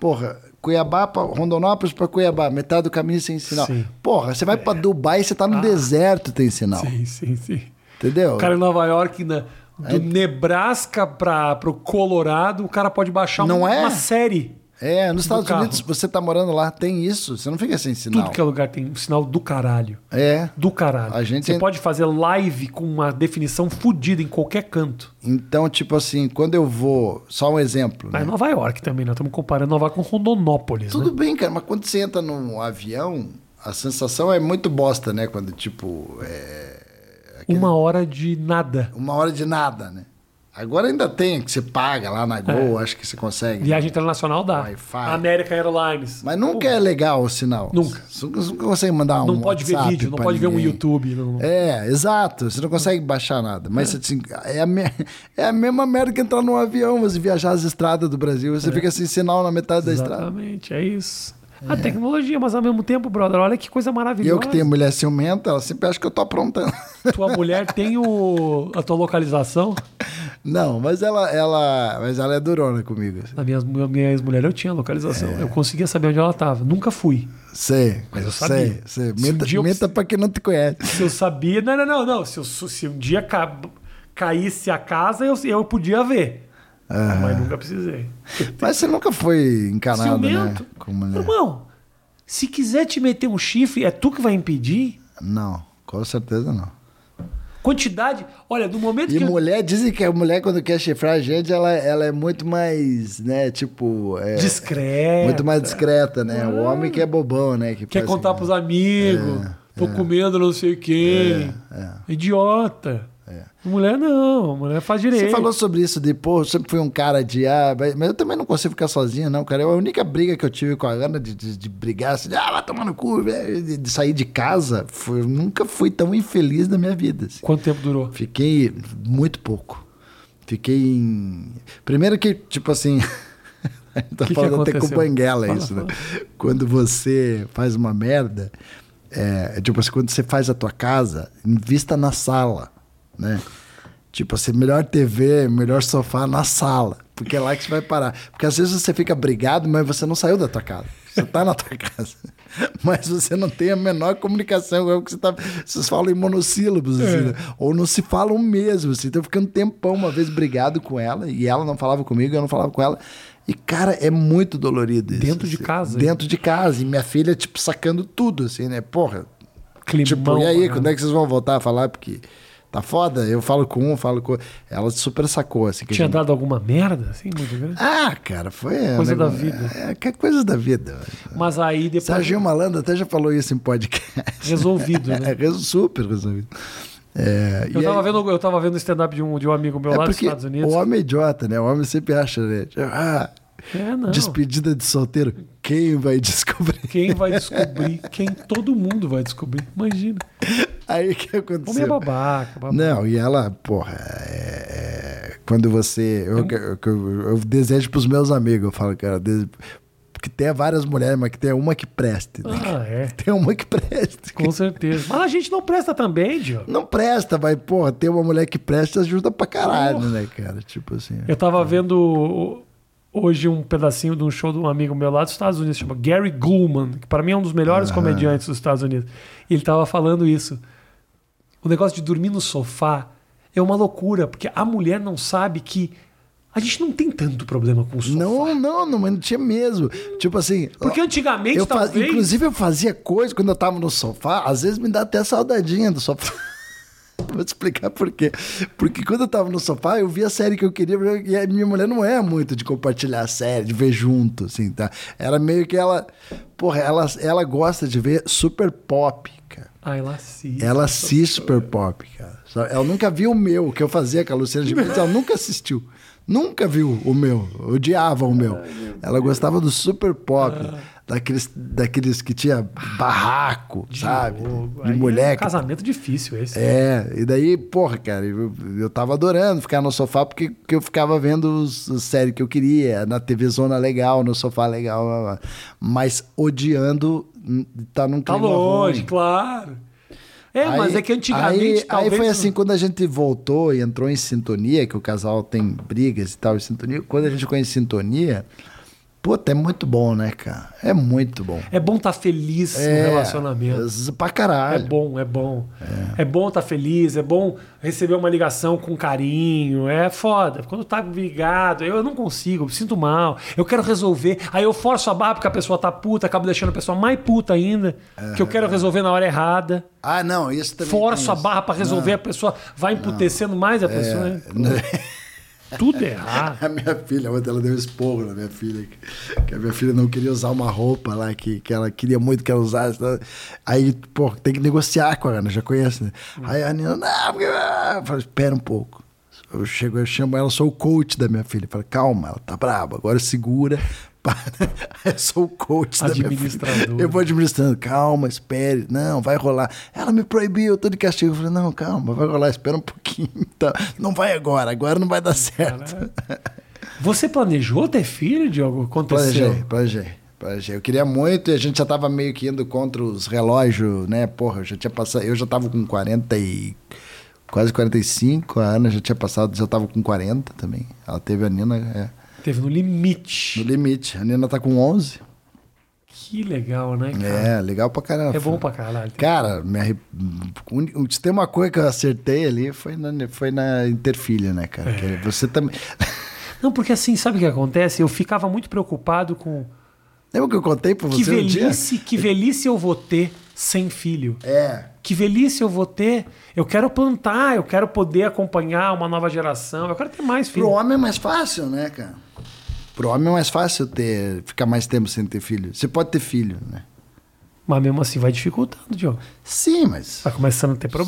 B: Porra, Cuiabá pra Rondonópolis pra Cuiabá, metade do caminho sem sinal.
A: Sim. É. Ah.
B: Porra, você vai pra Dubai e você tá no deserto tem sinal.
A: Sim, sim, sim.
B: Entendeu?
A: O cara em Nova York, na-
B: É.
A: do Nebraska pra, pro Colorado, o cara pode baixar um-
B: Não é?
A: uma série.
B: É, nos Estados
A: Tipo carro.
B: Unidos, você tá morando lá, tem isso. Você não fica sem sinal.
A: Tudo que é lugar tem um sinal do caralho.
B: É.
A: Do caralho.
B: A gente
A: Você
B: ainda-
A: pode fazer live com uma definição fodida em qualquer canto.
B: Então, tipo assim, quando eu vou. Só um exemplo.
A: Mas
B: né?
A: Nova York também, nós estamos comparando Nova York com Rondonópolis.
B: Tudo
A: né?
B: bem, cara, mas quando você entra num avião, a sensação é muito bosta, né? Quando, tipo, é
A: né? Uma hora de nada.
B: uma hora de nada, né? Agora ainda tem, que você paga lá na Gol,
A: É.
B: acho que você consegue.
A: Viagem internacional dá.
B: Wi-Fi.
A: American Airlines.
B: Mas nunca é legal o sinal.
A: Nunca.
B: Você nunca- você nunca consegue mandar um
A: Não pode ver
B: WhatsApp
A: vídeo, não
B: pra
A: pode ver um
B: ninguém.
A: YouTube. não-
B: É, exato. Você não consegue baixar nada. Mas você, assim, é, a me- é a mesma merda que entrar num avião, você viajar as estradas do Brasil.
A: É.
B: Você fica sem sinal na metade da estrada.
A: Exatamente, é isso. A tecnologia, mas ao mesmo tempo, brother, olha que coisa
B: E
A: maravilhosa.
B: eu que tenho mulher ciumenta, ela sempre acha que eu tô aprontando.
A: Tua mulher tem o, a tua localização.
B: Não, mas ela, ela, mas ela é durona comigo. assim.
A: Na minha, minha ex-mulher eu tinha a localização.
B: É.
A: Eu conseguia saber onde ela estava. Nunca fui.
B: Sei,
A: Mas eu
B: sei,
A: sabia.
B: sei.
A: Se um
B: Minta,
A: dia eu
B: minta
A: precis-
B: pra quem não te conhece.
A: Se eu sabia. Não, não, não, não. Se, eu, su- se um dia ca- caísse a casa, eu, eu podia ver. Mas nunca precisei.
B: Mas você nunca foi encanado,
A: Ciumento.
B: né? Com mulher.
A: Irmão, se quiser te meter um chifre, é tu que vai impedir?
B: Não, com certeza não.
A: Quantidade. Olha, no momento
B: E
A: que. eu-
B: mulher, dizem que a mulher, quando quer chifrar a gente, ela, ela é muito mais, né, tipo... É,
A: Discreta.
B: Muito mais discreta, né? O homem que é bobão, né? Que
A: Quer
B: parece
A: contar
B: que-
A: pros amigos.
B: é,
A: Tô comendo não sei quem. Idiota. Mulher não, mulher faz direito.
B: É. Você falou sobre isso de, pô, eu sempre fui um cara de, ah, mas mas eu também não consigo ficar sozinho, não, cara. Eu- A única briga que eu tive com a Ana de, de, de brigar, assim, ah, vai tomar no cu, velho, de, de sair de casa, foi- eu nunca fui tão infeliz na minha vida. assim.
A: Quanto tempo durou?
B: Fiquei muito pouco. Fiquei em. Primeiro que, tipo assim. tô
A: Que que
B: falando até com
A: aconteceu?
B: banguela
A: Fala,
B: isso, né? Quando você faz uma merda, é, tipo assim, quando você faz a tua casa, invista na sala, né? Tipo assim, melhor TV, melhor sofá na sala. Porque é lá que você vai parar. Porque às vezes você fica brigado, mas você não saiu da tua casa. Você tá na tua casa. Mas você não tem a menor comunicação com o que você tá. Vocês falam em monossílabos,
A: É.
B: assim, né? ou não se falam mesmo. Assim. Então eu fiquei um tempão uma vez brigado com ela, e ela não falava comigo, eu não falava com ela. E, cara, é muito dolorido isso.
A: Dentro de
B: assim.
A: casa,
B: Dentro de casa. E minha filha, tipo, sacando tudo, assim, né? Porra,
A: Climão, né?
B: Tipo, e aí,
A: mano.
B: quando é que vocês vão voltar a falar? Porque tá foda, eu falo com um, falo com outro. Ela super sacou, assim. Que a
A: Tinha
B: gente-
A: dado alguma merda, assim, muito grande?
B: Ah, cara, foi...
A: Coisa
B: um
A: da
B: negócio-
A: vida.
B: É, que é coisa da vida.
A: Mas aí depois.
B: Serginho Malandro até já falou isso em podcast.
A: Resolvido, né?
B: É, reso- super resolvido. É,
A: Eu
B: e
A: tava,
B: aí-
A: vendo, eu tava vendo o stand-up de um, de um amigo meu
B: É
A: lá dos
B: porque
A: Estados Unidos.
B: o homem é idiota, né? O homem sempre acha, né? Ah,
A: É, não.
B: despedida de solteiro, quem vai descobrir?
A: Quem vai descobrir? Quem todo mundo vai descobrir. Imagina.
B: Aí o que
A: Homem é
B: aconteceu?
A: babaca. babaca.
B: Não, e ela, porra, é, é, quando você. Eu, eu, eu, eu desejo pros meus amigos, eu falo, cara, des- que tenha várias mulheres, mas que tenha uma que preste. Né?
A: Ah, é.
B: Tem uma que preste.
A: Com certeza. Mas a gente não presta também, Diogo.
B: Não presta, mas, porra, ter uma mulher que preste ajuda pra caralho, né, cara? Tipo assim.
A: Eu tava vendo o- hoje um pedacinho de um show de um amigo meu lá dos Estados Unidos, chama Gary Gluman, que pra mim é um dos melhores comediantes dos Estados Unidos. E ele tava falando isso. O negócio de dormir no sofá é uma loucura, porque a mulher não sabe que a gente não tem tanto problema com o sofá.
B: Não, não, não, mas não tinha mesmo. Tipo assim.
A: Porque antigamente,
B: eu fa-
A: talvez...
B: Inclusive, eu fazia coisa quando eu tava no sofá, às vezes me dá até saudadinha do sofá. Vou te explicar por quê. Porque quando eu tava no sofá, eu via a série que eu queria, e a minha mulher não é muito de compartilhar a série, de ver junto, assim, tá? Era meio que ela. Porra, ela, ela gosta de ver super pop, cara.
A: Ah, ela assiste.
B: Ela assiste super pop, cara. Só- Ela nunca viu o meu, que eu fazia com a Luciana Gimenez, ela nunca assistiu. Nunca viu o meu, odiava o meu. Ela gostava do super pop, daqueles, daqueles que tinha barraco, sabe?
A: Diogo.
B: De
A: Aí É um
B: mulher que
A: casamento difícil esse.
B: é, e daí, porra, cara, eu, eu tava adorando ficar no sofá porque, porque eu ficava vendo os, os séries que eu queria, na TV Zona legal, no sofá legal, blá, blá. mas odiando hum, tá num
A: Tá
B: clima
A: longe,
B: ruim.
A: claro. É, mas
B: Aí-
A: é que antigamente
B: aí,
A: talvez...
B: Aí foi assim, quando a gente voltou e entrou em sintonia, que o casal tem brigas e tal, em sintonia, quando a gente ficou em sintonia, puta, é muito bom, né, cara? É muito bom.
A: É bom estar feliz
B: É.
A: no um relacionamento.
B: z- Pra
A: É
B: caralho.
A: bom, é bom. É, bom estar feliz, é bom receber uma ligação com carinho. É foda. Quando tá brigado, eu, eu não consigo, eu me sinto mal. Eu quero resolver. Aí eu forço a barra porque a pessoa tá puta, acabo deixando a pessoa mais puta ainda. Que eu quero resolver na hora errada.
B: Ah, não, isso É. também.
A: Forço a
B: tem isso. É.
A: barra pra resolver, a pessoa vai emputecendo mais a pessoa. né? Tudo errado.
B: A minha filha, ontem ela deu um esporro na minha filha, que- que a minha filha não queria usar uma roupa lá que, que ela queria muito que ela usasse. tá? Aí, pô, tem que negociar com a Ana, já conhece, né? Aí a Nina, não, porque- ah", eu falo, espera um pouco. Eu chego, eu chamo ela, sou o coach da minha filha. Eu falo, calma, ela tá braba, agora segura. para." Eu sou o coach da minha filha.
A: Administradora.
B: Eu vou administrando, calma, espere, não, vai rolar. Ela me proibiu, eu tô de castigo. Eu falei, não, calma, vai rolar, espera um pouquinho. Tá? Não vai agora, agora não vai dar certo.
A: Você planejou ter filho, Diogo? Aconteceu?
B: Planejei, planejei, planejei. Eu queria muito e a gente já tava meio que indo contra os relógios, né? Porra, eu já tinha passado. Eu já tava com 40 e. Quase 45, a Ana já tinha passado, já tava com 40 também. Ela teve a Nina é,
A: Teve no limite.
B: no limite. A Nina tá com 11.
A: Que legal, né, cara?
B: É, legal pra caramba.
A: É, bom pra caralho.
B: Cara, me arre- un- se tem uma coisa que eu acertei ali foi na, foi na interfilha, né, cara?
A: É.
B: Que Você também.
A: Não, porque assim, sabe o que acontece? Eu ficava muito preocupado com
B: Lembra que eu contei pra
A: que
B: você um dia?
A: velhice, que velhice eu vou ter sem filho.
B: É.
A: Que velhice eu vou ter? Eu quero plantar, eu quero poder acompanhar uma nova geração, eu quero ter mais
B: Pro
A: filhos.
B: homem é mais fácil, né, cara? Pro homem é mais fácil ter, ficar mais tempo sem ter filho. Você pode ter filho, né?
A: Mas mesmo assim vai dificultando, Diogo.
B: Sim, mas.
A: Tá começando a ter
B: Se um dia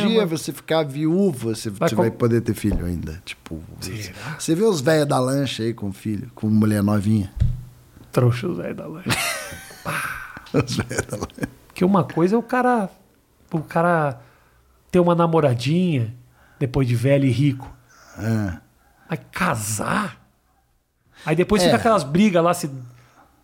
A: problema.
B: você ficar viúvo, você vai,
A: Vai com-
B: vai poder ter filho ainda. Tipo. Você, você vê os velhos da lancha aí com filho, com mulher novinha?
A: Trouxa o Zé da Lancha.
B: Os velhos da lancha.
A: Porque uma coisa é o cara. O cara ter uma namoradinha depois de velho e rico.
B: Ah.
A: Mas casar? Aí depois
B: É.
A: fica aquelas brigas lá, se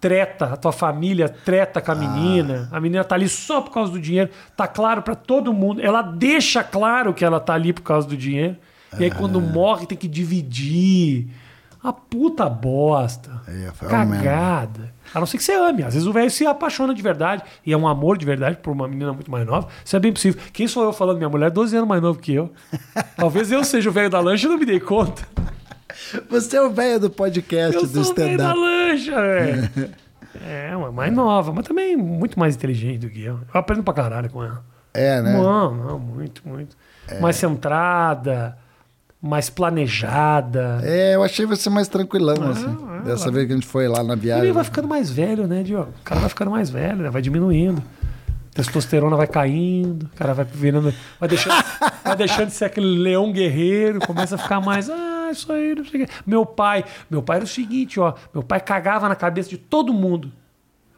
A: treta, a tua família treta
B: Ah.
A: com a menina. A menina tá ali só por causa do dinheiro. Tá claro pra todo mundo. Ela deixa claro que ela tá ali por causa do dinheiro. E aí
B: É.
A: quando morre tem que dividir. A puta bosta.
B: É, foi uma merda.
A: Cagada. A não ser que você ame. Às vezes o velho se apaixona de verdade e é um amor de verdade por uma menina muito mais nova. Isso é bem possível. Quem sou eu falando? Minha mulher é 12 anos mais nova que eu. Talvez eu seja o velho da lancha e não me dei conta.
B: Você é o velho do podcast
A: Eu
B: do
A: sou o velho da
B: stand-up.
A: lancha, velho. É, uma mais nova, mas também muito mais inteligente do que eu. Eu aprendo pra caralho com ela.
B: É, né?
A: Não, não, muito, muito. Mais centrada, mais planejada.
B: É, eu achei você mais tranquilão,
A: Ah,
B: assim. Dessa vez que a gente foi lá na
A: E ele
B: viagem.
A: é, vai ficando mais velho, né, Diogo? O cara vai ficando mais velho, né? vai diminuindo. Testosterona vai caindo, o cara vai virando. Vai deixando, vai deixando de ser aquele leão guerreiro, começa a ficar mais. Ah, isso aí, não sei o quê. Meu pai. Meu pai era o seguinte, ó. Meu pai cagava na cabeça de todo mundo.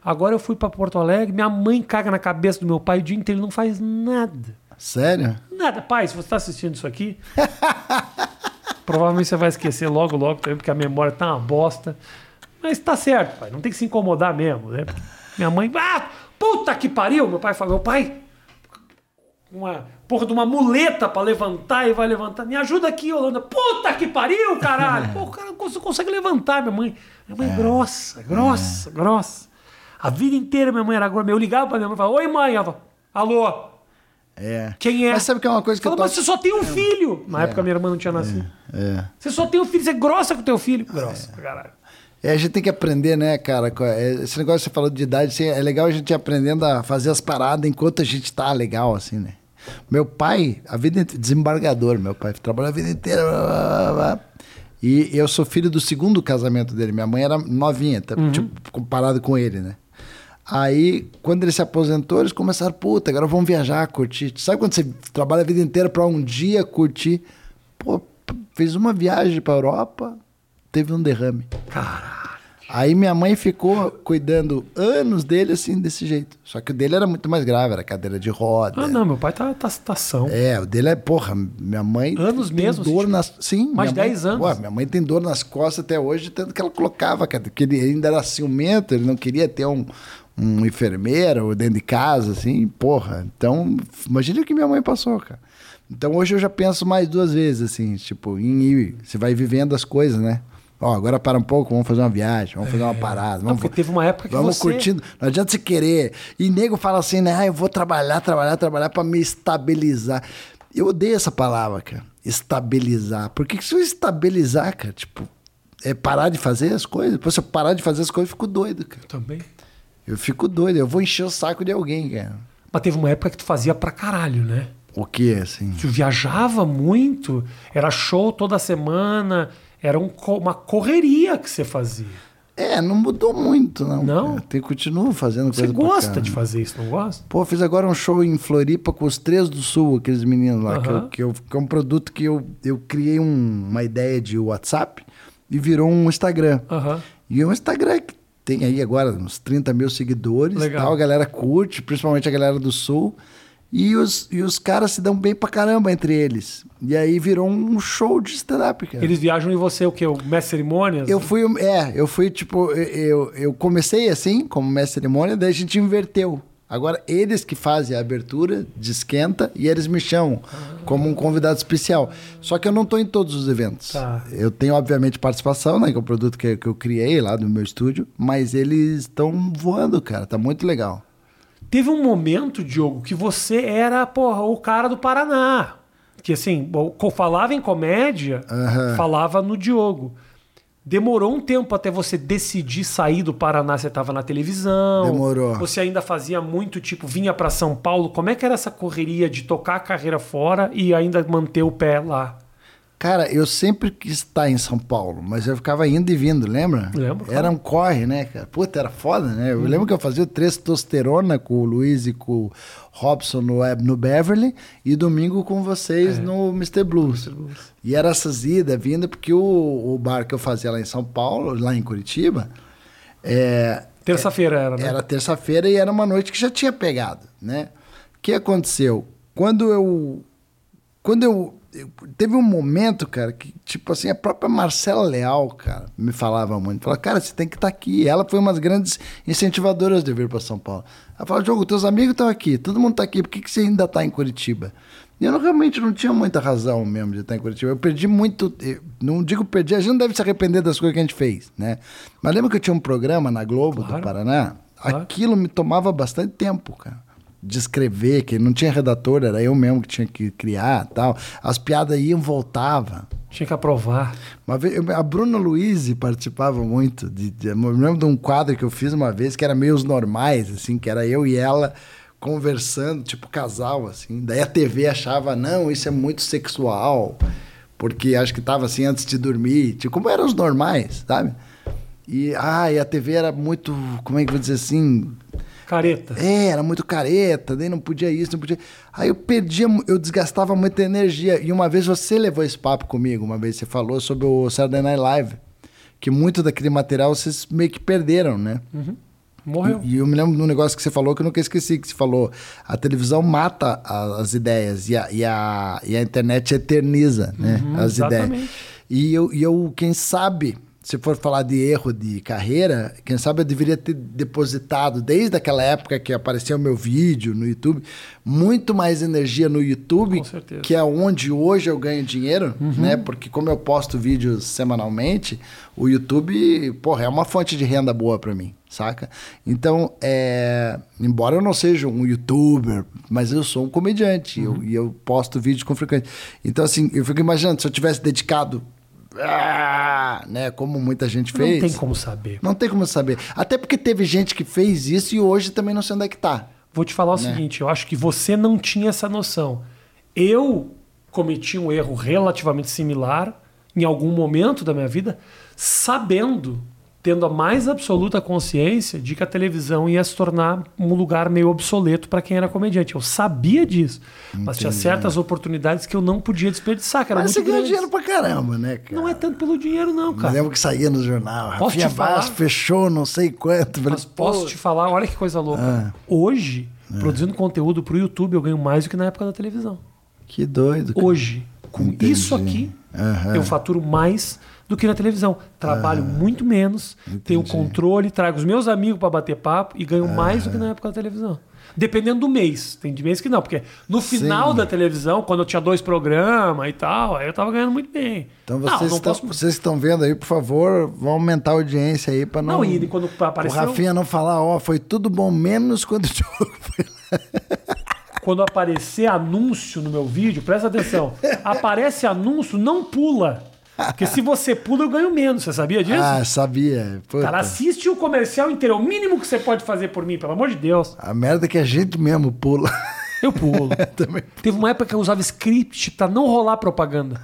A: Agora eu fui pra Porto Alegre, minha mãe caga na cabeça do meu pai o dia inteiro, ele não faz nada.
B: Sério?
A: Nada. Pai, se você tá assistindo isso aqui, provavelmente você vai esquecer logo, logo também, porque a memória tá uma bosta. Mas tá certo, pai. Não tem que se incomodar mesmo, né? Minha mãe. Ah, puta que pariu! Meu pai falou, meu pai. Uma porra de uma muleta pra levantar e vai levantar. Me ajuda aqui, Holanda. Puta que pariu, caralho! Pô, o cara não cons- consegue levantar, minha mãe. Minha mãe é grossa, grossa, grossa. A vida inteira minha mãe era grossa. Eu ligava pra minha mãe e falava, oi mãe. Ela falava, alô.
B: É.
A: Quem é?
B: Mas sabe que é uma coisa que
A: Fala,
B: eu tô...
A: mas você só tem um filho. Na época minha irmã não tinha nascido.
B: É.
A: Você só tem um filho, você é grossa com o teu filho. Grossa, pra caralho.
B: É, a gente tem que aprender, né, cara? co- é, Esse negócio que você falou de idade, assim, é legal a gente ir aprendendo a fazer as paradas enquanto a gente tá legal, assim, né? Meu pai, a vida inteira, desembargador, meu pai trabalhou a vida inteira. blá, blá, blá, blá. E eu sou filho do segundo casamento dele. Minha mãe era novinha, tá, tipo, comparado com ele, né? Aí, quando ele se aposentou, eles começaram, puta, agora vamos viajar, curtir. Sabe quando você trabalha a vida inteira pra um dia curtir? Pô, p- fez uma viagem pra Europa, teve um derrame. Aí minha mãe ficou cuidando anos dele assim, desse jeito. Só que o dele era muito mais grave, era cadeira de roda.
A: Ah, não, meu pai tá, tá citação.
B: É, o dele é, porra, minha mãe.
A: Anos
B: tem
A: mesmo,
B: Dor
A: assim,
B: nas, sim.
A: mais
B: minha mãe-
A: 10 anos.
B: Ué, minha mãe tem dor nas costas até hoje, tanto que ela colocava, cara, porque ele ainda era ciumento, ele não queria ter um, um enfermeiro dentro de casa, assim, porra. Então, imagina o que minha mãe passou, cara. Então hoje eu já penso mais duas vezes, assim, tipo, em ir. Você vai vivendo as coisas, né? Ó, agora para um pouco, vamos fazer uma viagem, vamos fazer uma
A: É.
B: parada.
A: Não,
B: Vamos,
A: porque teve uma época que
B: Vamos
A: você...
B: curtindo. Não adianta você querer. E nego fala assim, né? Ah, eu vou trabalhar, trabalhar, trabalhar pra me estabilizar. Eu odeio essa palavra, cara. Estabilizar. Por que que se eu estabilizar, cara? Tipo, é parar de fazer as coisas? Depois, se eu parar de fazer as coisas, eu fico doido, cara.
A: Também.
B: Eu fico doido. Eu vou encher o saco de alguém, cara.
A: Mas teve uma época que tu fazia pra caralho, né?
B: O que, assim?
A: Tu viajava muito, era show toda semana, era um co- uma correria que você fazia.
B: É, não mudou muito, não.
A: Não?
B: cara. Tem, continuo fazendo
A: Você
B: coisa pra
A: gosta
B: caramba.
A: de fazer isso, não gosta?
B: Pô, fiz agora um show em Floripa com os três do Sul, aqueles meninos lá, que,
A: Aham.
B: eu, que, eu- que é um produto que eu, eu criei um- uma ideia de WhatsApp e virou um Instagram.
A: Aham.
B: E é um Instagram que tem aí agora uns 30 mil seguidores e
A: Legal.
B: tal, a galera curte, principalmente a galera do Sul. E os, e os caras se dão bem pra caramba entre eles. E aí virou um show de stand-up, cara.
A: Eles viajam e você o quê? O mestre cerimônias?
B: Eu fui, o- é, eu fui tipo, eu, eu- eu comecei assim, como mestre de cerimônia, daí a gente inverteu. Agora eles que fazem a abertura de esquenta e eles me chamam como um convidado especial. Só que eu não tô em todos os eventos.
A: Tá.
B: Eu tenho, obviamente, participação, né? Que é o produto que, que eu criei lá do meu estúdio, mas eles estão voando, cara. Tá muito legal.
A: Teve um momento, Diogo, que você era, porra, o cara do Paraná. Que assim, o- co- falava em comédia,
B: Aham.
A: falava no Diogo. Demorou um tempo até você decidir sair do Paraná, você tava na televisão.
B: Demorou.
A: Você ainda fazia muito, tipo, vinha pra São Paulo. Como é que era essa correria de tocar a carreira fora e ainda manter o pé lá?
B: Cara, eu sempre quis estar em São Paulo, mas eu ficava indo e vindo, lembra?
A: Lembro,
B: Era um corre, né, cara? Puta, era foda, né? Eu lembro que eu fazia o testosterona com o Luiz e com o Robson no, eh, no Beverly e domingo com vocês no Mr. Blues. E era essas idas, vinda, porque o, o bar que eu fazia lá em São Paulo, lá em Curitiba, é,
A: Terça-feira era, né?
B: era terça-feira e era uma noite que já tinha pegado, né? O que aconteceu? Quando eu. Quando eu. eu- Teve um momento, cara, que, tipo assim, a própria Marcela Leal, cara, me falava muito. Falava, cara, você tem que estar aqui. Ela foi uma das grandes incentivadoras de vir para São Paulo. Ela falava, Diogo, teus amigos estão aqui, todo mundo está aqui, por que, que você ainda está em Curitiba? E eu não- realmente não tinha muita razão mesmo de estar em Curitiba. Eu perdi muito. eu não digo perdi, a gente não deve se arrepender das coisas que a gente fez, né? Mas lembra que eu tinha um programa na Globo do
A: Claro.
B: Paraná?
A: Claro.
B: Aquilo me tomava bastante tempo, cara. De escrever, que não tinha redator, era eu mesmo que tinha que criar tal. As piadas iam, voltava.
A: Tinha que aprovar.
B: Uma vez, eu- a Bruna Luiz participava muito. De, de- eu me lembro de um quadro que eu fiz uma vez que era meio os normais, assim, que era eu e ela conversando, tipo casal, assim. Daí a TV achava, não, isso é muito sexual, porque acho que tava assim antes de dormir. Tipo, como eram os normais, sabe? E, ah, e a TV era muito, como é que eu vou dizer assim,
A: Careta.
B: é, era muito careta, daí não podia isso, não podia. Aí eu perdia, mu- eu desgastava muita energia. E uma vez você levou esse papo comigo, uma vez você falou sobre o Saturday Night Live, que muito daquele material vocês meio que perderam, né?
A: Morreu.
B: E, e eu me lembro de um negócio que você falou que eu nunca esqueci, que você falou, a televisão mata a- as ideias e a, e a, e a internet eterniza né,
A: Uhum,
B: as ideias.
A: exatamente.
B: E eu, e eu, quem sabe, se for falar de erro de carreira, quem sabe eu deveria ter depositado, desde aquela época que apareceu meu vídeo no YouTube, muito mais energia no YouTube,
A: Com certeza.
B: que é onde hoje eu ganho dinheiro,
A: Uhum.
B: né? Porque como eu posto vídeos semanalmente, o YouTube, porra, é uma fonte de renda boa pra mim, saca? Então, é... embora eu não seja um youtuber, mas eu sou um comediante
A: Uhum.
B: eu- e eu posto vídeos com frequência. Então, assim, eu fico imaginando, se eu tivesse dedicado, ah, né, como muita gente fez...
A: Não tem como saber.
B: Não tem como saber. Até porque teve gente que fez isso e hoje também não sei onde é que tá.
A: vou te falar o seguinte: eu acho que você não tinha essa noção. Eu cometi um erro relativamente similar em algum momento da minha vida, sabendo, tendo a mais absoluta consciência de que a televisão ia se tornar um lugar meio obsoleto para quem era comediante. Eu sabia disso, mas tinha
B: Entendi.
A: certas oportunidades que eu não podia desperdiçar, que era
B: Mas você
A: muito
B: ganha
A: grande.
B: dinheiro é pra caramba, né, cara?
A: Não é tanto pelo dinheiro não,
B: Eu
A: cara.
B: lembro que saía no jornal.
A: Posso te
B: Rafinha Bass
A: falar?
B: fechou não sei quanto. Falei,
A: Mas posso
B: pô,
A: te falar, olha que coisa louca.
B: É.
A: Hoje, produzindo conteúdo para o YouTube, eu ganho mais do que na época da televisão.
B: Que doido. cara.
A: Hoje, com
B: Entendi.
A: isso aqui,
B: Aham.
A: eu faturo mais do que na televisão. Trabalho muito menos, tenho controle, trago os meus amigos para bater papo e ganho mais do que na época da televisão. Dependendo do mês. Tem de mês que não, porque no final
B: Sim.
A: da televisão, quando eu tinha dois programas e tal, aí eu tava ganhando muito bem.
B: Então
A: não,
B: vocês,
A: não
B: estão,
A: posso...
B: vocês que estão vendo aí, por favor, vão aumentar a audiência aí pra não.
A: Não, e quando apareceu-
B: O Rafinha não falar, ó, foi tudo bom menos quando o jogo foi.
A: Quando aparecer anúncio no meu vídeo, presta atenção. Aparece anúncio, não pula. Porque se você pula, eu ganho menos. Você sabia disso?
B: Ah, sabia. Puta.
A: Cara, assiste o comercial inteiro. É o mínimo que você pode fazer por mim, pelo amor de Deus.
B: A merda é que a gente mesmo pula. É
A: Eu pulo.
B: Também.
A: Teve uma época que eu usava script pra não rolar propaganda.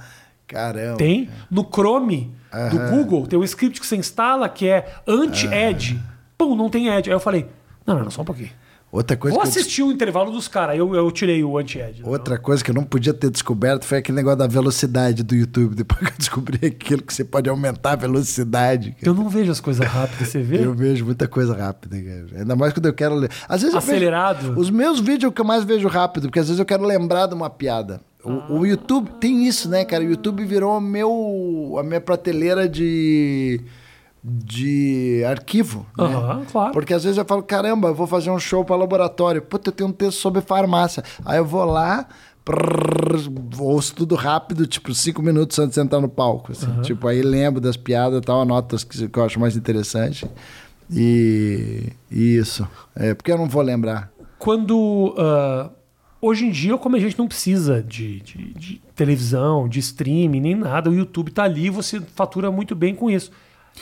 B: Caramba.
A: Tem? No Chrome do Google, tem um script que você instala que é anti-ad. Pum, não tem ad. Aí eu falei, não, não, não, só um pouquinho.
B: Outra coisa
A: Vou
B: que eu
A: assistir o intervalo dos caras. Aí Eu, eu tirei o anti-ad.
B: Outra coisa que eu não podia ter descoberto foi aquele negócio da velocidade do YouTube. Depois que eu descobri aquilo que você pode aumentar a velocidade. cara.
A: Eu não vejo as coisas rápidas, você vê?
B: Eu, vejo muita coisa rápida, cara. Ainda mais quando eu quero ler. Às vezes eu vejo-
A: Acelerado?
B: os meus vídeos é o que eu mais vejo rápido, porque às vezes eu quero lembrar de uma piada. O, o YouTube tem isso, né, cara? O YouTube virou o meu, a minha prateleira de, de arquivo. né?
A: Aham, claro.
B: Porque às vezes eu falo, caramba, eu vou fazer um show para laboratório. Puta, eu tenho um texto sobre farmácia. Aí eu vou lá, prrr, ouço tudo rápido, tipo, cinco minutos antes de entrar no palco. assim. Tipo, aí lembro das piadas e tal, anoto as que que eu acho mais interessante. E, e isso. É, porque eu não vou lembrar.
A: quando. ah, hoje em dia, como a gente não precisa de, de- de televisão, de streaming, nem nada, o YouTube tá ali e você fatura muito bem com isso.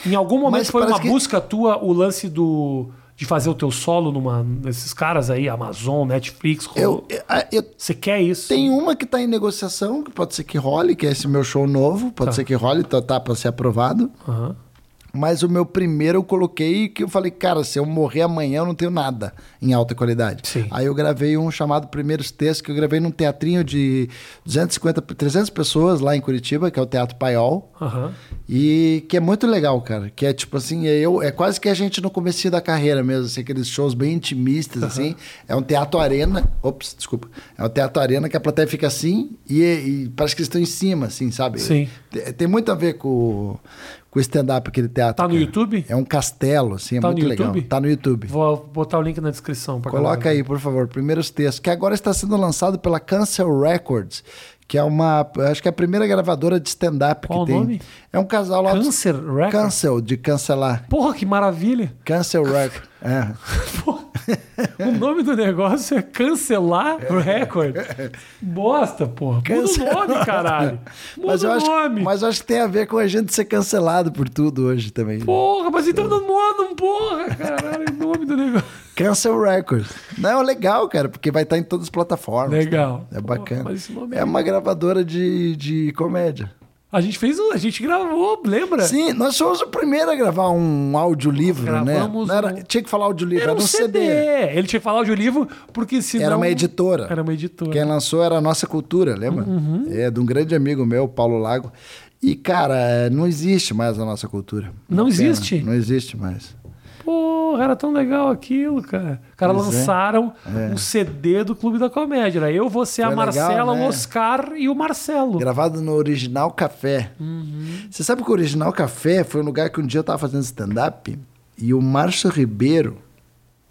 A: Em algum momento
B: Mas
A: foi
B: parece
A: uma
B: que-
A: busca tua o lance do. De fazer o teu solo numa, nesses caras aí, Amazon, Netflix,
B: Eu,
A: rolou.
B: eu, eu
A: você quer isso?
B: Tem uma que tá em negociação, que pode ser que role, que é esse meu show novo, pode ser que role, tá, tá pra ser aprovado.
A: Aham.
B: Mas o meu primeiro eu coloquei que eu falei, cara, se eu morrer amanhã eu não tenho nada em alta qualidade.
A: Sim.
B: Aí eu gravei um chamado Primeiros Textos, que eu gravei num teatrinho de 250, 300 pessoas lá em Curitiba, que é o Teatro Paiol.
A: Aham.
B: E que é muito legal, cara. Que é tipo assim, é eu, é quase que a gente no começo da carreira mesmo, assim, aqueles shows bem intimistas, assim. É um teatro arena. Ops, desculpa. É um teatro arena que a plateia fica assim e, e parece que eles estão em cima, assim, sabe?
A: Sim.
B: Tem, tem muito a ver com, com o stand-up, aquele teatro.
A: Tá no
B: cara.
A: YouTube?
B: É um castelo, assim, é
A: Tá no
B: muito legal.
A: YouTube?
B: Tá no YouTube.
A: Vou botar o link na descrição. Pra
B: Coloca
A: galera.
B: aí, por favor, primeiros textos, que agora está sendo lançado pela Cancel Records, que é uma, acho que é a primeira gravadora de stand-up que
A: Qual o
B: tem.
A: nome?
B: É um casal lá dos-
A: Cancer Record?
B: Cancel, de cancelar.
A: Porra, que maravilha.
B: Cancel Record. É.
A: Porra. o nome do negócio é cancelar o recorde. Bosta, porra.
B: É. Cancela-
A: Muda o nome, caralho. Muda
B: Mas eu,
A: o
B: acho,
A: nome.
B: mas eu acho que tem a ver com a gente ser cancelado por tudo hoje também.
A: Porra, mas então não muda, um porra, caralho. O nome do negócio.
B: Cancel Records. Não, é legal, cara, porque vai estar em todas as plataformas.
A: Legal.
B: É bacana.
A: Porra, mas esse nome é-
B: é uma gravadora de, de comédia.
A: A gente fez, um- a gente gravou, lembra?
B: Sim, nós fomos o primeiro a gravar um audiolivro,
A: Gravamos
B: né? Não era-
A: um-
B: Tinha que falar audiolivro,
A: Era um CD.
B: CD.
A: Ele tinha que falar de um livro, porque senão...
B: Era uma editora. é-
A: Era uma editora.
B: Quem lançou era a Nossa Cultura, lembra?
A: Uhum.
B: É, de um grande amigo meu, Paulo Lago. E, cara, é, não existe mais a Nossa Cultura.
A: Não
B: Uma pena,
A: existe?
B: Não existe mais.
A: Porra, era tão legal aquilo, cara. Os caras
B: Pois é.
A: lançaram um CD do Clube da Comédia. Era eu, você, a
B: Foi legal,
A: Marcela,
B: né?
A: o Oscar e o Marcelo.
B: Gravado no Original Café.
A: Uhum.
B: Você sabe que o Original Café foi um lugar que um dia eu tava fazendo stand-up e o Márcio Ribeiro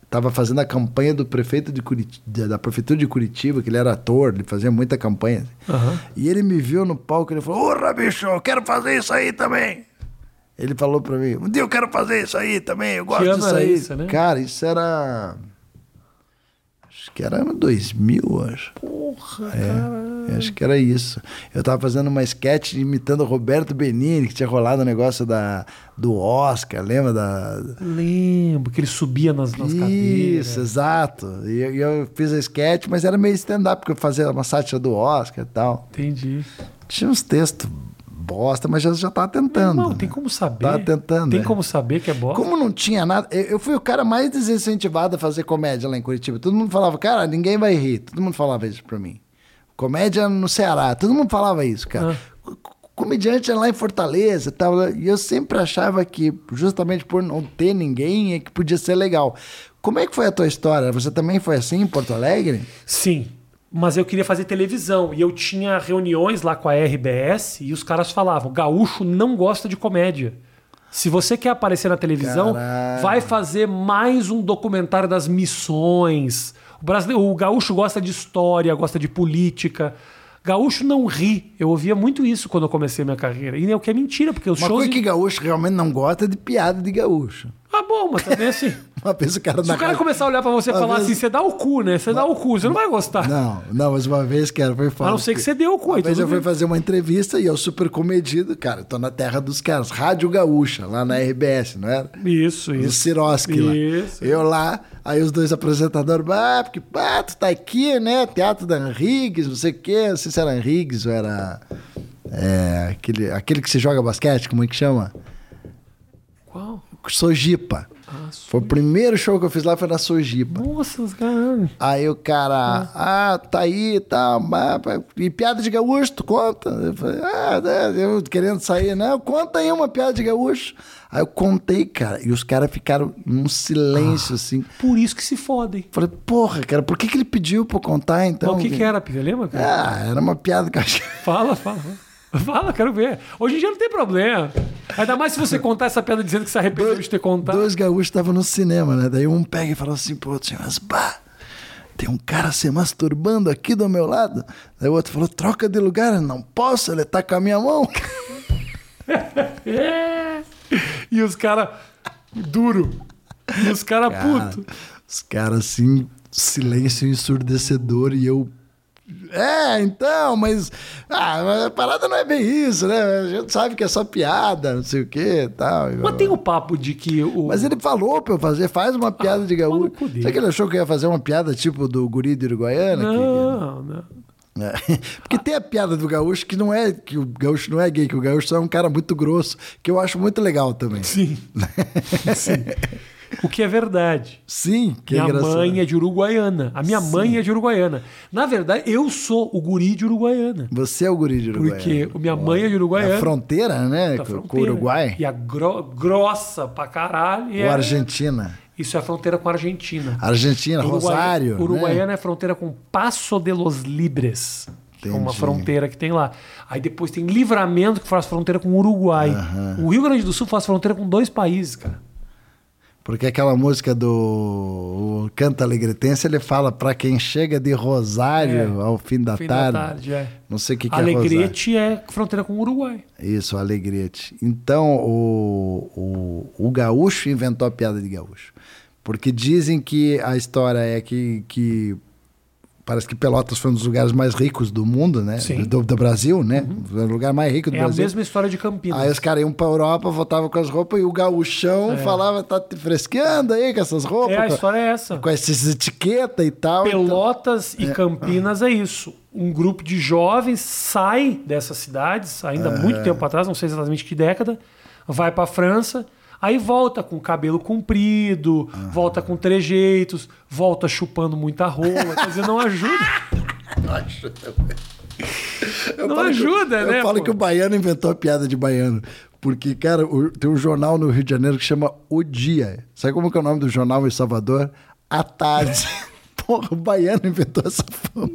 B: tava fazendo a campanha do prefeito de Curitiba, da prefeitura de Curitiba, que ele era ator, ele fazia muita campanha. assim.
A: Aham.
B: E ele me viu no palco e ele falou: Porra, bicho, eu quero fazer isso aí também. Ele falou pra mim: Um dia eu quero fazer isso aí também, eu gosto
A: ano
B: disso
A: era
B: aí.
A: isso, né?
B: Cara, isso era. Acho que era ano 2000, acho.
A: Porra, cara.
B: Eu acho que era isso. Eu tava fazendo uma sketch imitando o Roberto Benini, que tinha rolado o negócio da, do Oscar, lembra? Da...
A: Lembro que ele subia nas, nas cadeiras.
B: Isso, exato. E eu, eu fiz a sketch, mas era meio stand-up, porque eu fazia uma sátira do Oscar e tal.
A: Entendi.
B: Tinha uns textos bosta, mas já, já tava tentando.
A: Não,
B: né?
A: tem como saber.
B: Tava tentando,
A: Tem
B: é.
A: como saber que é bosta.
B: Como não tinha nada, eu eu fui o cara mais desincentivado a fazer comédia lá em Curitiba. Todo mundo falava, cara, ninguém vai rir. Todo mundo falava isso pra mim. Comédia no Ceará, todo mundo falava isso, cara.
A: Ah.
B: Co- co- Comediante é lá em Fortaleza e tal. E eu sempre achava que, justamente por não ter ninguém, é que podia ser legal. Como é que foi a tua história? Você também foi assim em Porto Alegre?
A: Sim, mas eu queria fazer televisão. E eu tinha reuniões lá com a RBS e os caras falavam: gaúcho não gosta de comédia. Se você quer aparecer na televisão,
B: Caralho.
A: vai fazer mais um documentário das missões. O, brasileiro, o gaúcho gosta de história, gosta de política. Gaúcho não ri. Eu ouvia muito isso quando eu comecei minha carreira. E é o que é mentira, porque os
B: Uma
A: shows.
B: coisa que gaúcho realmente não gosta é de piada de gaúcho.
A: Ah, bom, mas também assim.
B: Uma vez o cara
A: Se o cara começar a olhar pra você e
B: Às
A: falar
B: vezes-
A: assim, você dá o cu, né? Você dá o cu, você não vai gostar.
B: Não, não, mas uma vez, cara, foi foda.
A: A não ser que você um deu o cu, aí
B: Uma vez
A: tudo
B: eu fui
A: bem.
B: fazer uma entrevista e eu super comedido, cara, tô na terra dos caras, Rádio Gaúcha, lá na RBS, não era?
A: Isso,
B: Do
A: isso.
B: Siroski lá.
A: Isso.
B: Eu lá, aí os dois apresentadores, ah, porque pá, tu tá aqui, né? Teatro da Henrigues, não sei o quê, não sei se era Henrigues ou era. é, aquele, aquele que se joga basquete, como é que chama?
A: Qual?
B: Sojipa.
A: Ah,
B: Foi o primeiro show que eu fiz lá, foi na Sojipa.
A: Nossa, os caras.
B: Aí o cara, ah, tá aí e tal, mas- e piada de gaúcho, tu conta? Eu falei, ah, né, eu querendo sair, não, conta aí uma piada de gaúcho. Aí eu contei, cara, e os caras ficaram num
A: Ah.
B: silêncio, assim.
A: Por isso que se fodem.
B: Falei, porra, cara, por que, que ele pediu pra eu contar, então?
A: Mas o que, é?
B: gente?"
A: que era, Piva? Lembra, cara?
B: Ah, era uma piada que eu achei...
A: Fala, fala. Fala, quero ver. Hoje em dia não tem problema. Ainda mais se você contar essa piada dizendo que se arrependeu de ter contado.
B: Dois gaúchos estavam no cinema, né? Daí um pega e fala assim pro outro, assim, mas bah, tem um cara se masturbando aqui do meu lado. Daí o outro falou, troca de lugar, Eu, não posso, ele tá com a minha mão.
A: É. E os caras. Duro. E os caras puto.
B: Os caras assim, silêncio ensurdecedor e eu. É, então, mas. Ah, mas a parada não é bem isso, né? A gente sabe que é só piada, não sei o quê e tal.
A: Mas tem o papo de que o.
B: Mas ele falou pra eu fazer, faz uma piada
A: Ah,
B: de gaúcho.
A: maluco dele.
B: Será que ele achou que eu ia fazer uma piada tipo do guri de Uruguaiana? que-
A: Não, não.
B: É. Porque tem a piada do gaúcho que não é que o gaúcho não é gay, que o gaúcho só é um cara muito grosso, que eu acho muito legal também.
A: Sim. Sim. O que é verdade.
B: Sim, que é
A: minha
B: engraçado.
A: mãe é de Uruguaiana. A minha mãe é de Uruguaiana. Na verdade, eu sou o guri de Uruguaiana.
B: Você é o guri de Uruguaiana.
A: Porque minha mãe é de Uruguaiana.
B: É a fronteira, né?
A: da
B: com- com o
A: fronteira.
B: Uruguai.
A: E a gro- grossa pra caralho. é-
B: Ou Argentina.
A: Isso é a fronteira com a Argentina.
B: Argentina,
A: Uruguai-
B: Ah, Rosário. né?
A: Uruguaiana é a fronteira com Passo de los Libres. que É uma
B: Entendi.
A: fronteira que tem lá. Aí depois tem Livramento, que faz fronteira com o Uruguai. O Rio Grande do Sul faz fronteira com dois países, cara.
B: Porque aquela música do o Canta Alegretense, ele fala pra quem chega de Rosário
A: É,
B: ao fim da
A: fim da
B: tarde.
A: tarde, é.
B: Não sei o que, que é Rosário.
A: Alegrete é fronteira com o Uruguai.
B: Isso, Alegrete. Então, o, o, o gaúcho inventou a piada de gaúcho. Porque dizem que a história é que, que parece que Pelotas foi um dos lugares mais ricos do mundo, né?
A: Sim.
B: Do, do Brasil, né? Foi O lugar mais rico do
A: É a
B: Brasil.
A: mesma história de Campinas.
B: Aí os caras iam pra Europa, voltavam com as roupas e o gaúchão falava, tá te fresqueando aí com essas roupas,
A: É, a
B: com-
A: história é essa.
B: com essas etiquetas e tal. Então,
A: Pelotas e Campinas é isso. Um grupo de jovens sai dessas cidades, ainda
B: É.
A: muito tempo atrás, não sei exatamente que década, vai pra França, aí volta com cabelo comprido, volta com trejeitos, volta chupando muita rola. Quer dizer, não ajuda.
B: eu
A: não
B: falo que-
A: ajuda, né,
B: Eu falo
A: pô?
B: que o baiano inventou a piada de baiano. Porque, cara, o- tem um jornal no Rio de Janeiro que chama O Dia. Sabe como que é o nome do jornal em Salvador? A Tarde. Porra, o baiano inventou essa fama.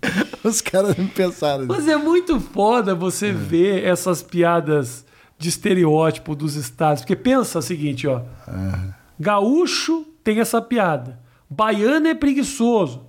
B: Os caras não pensaram. nisso.
A: Mas é muito foda
B: É.
A: você ver essas piadas de estereótipo dos estados. Porque pensa o seguinte, ó. Gaúcho tem essa piada. Baiano é preguiçoso.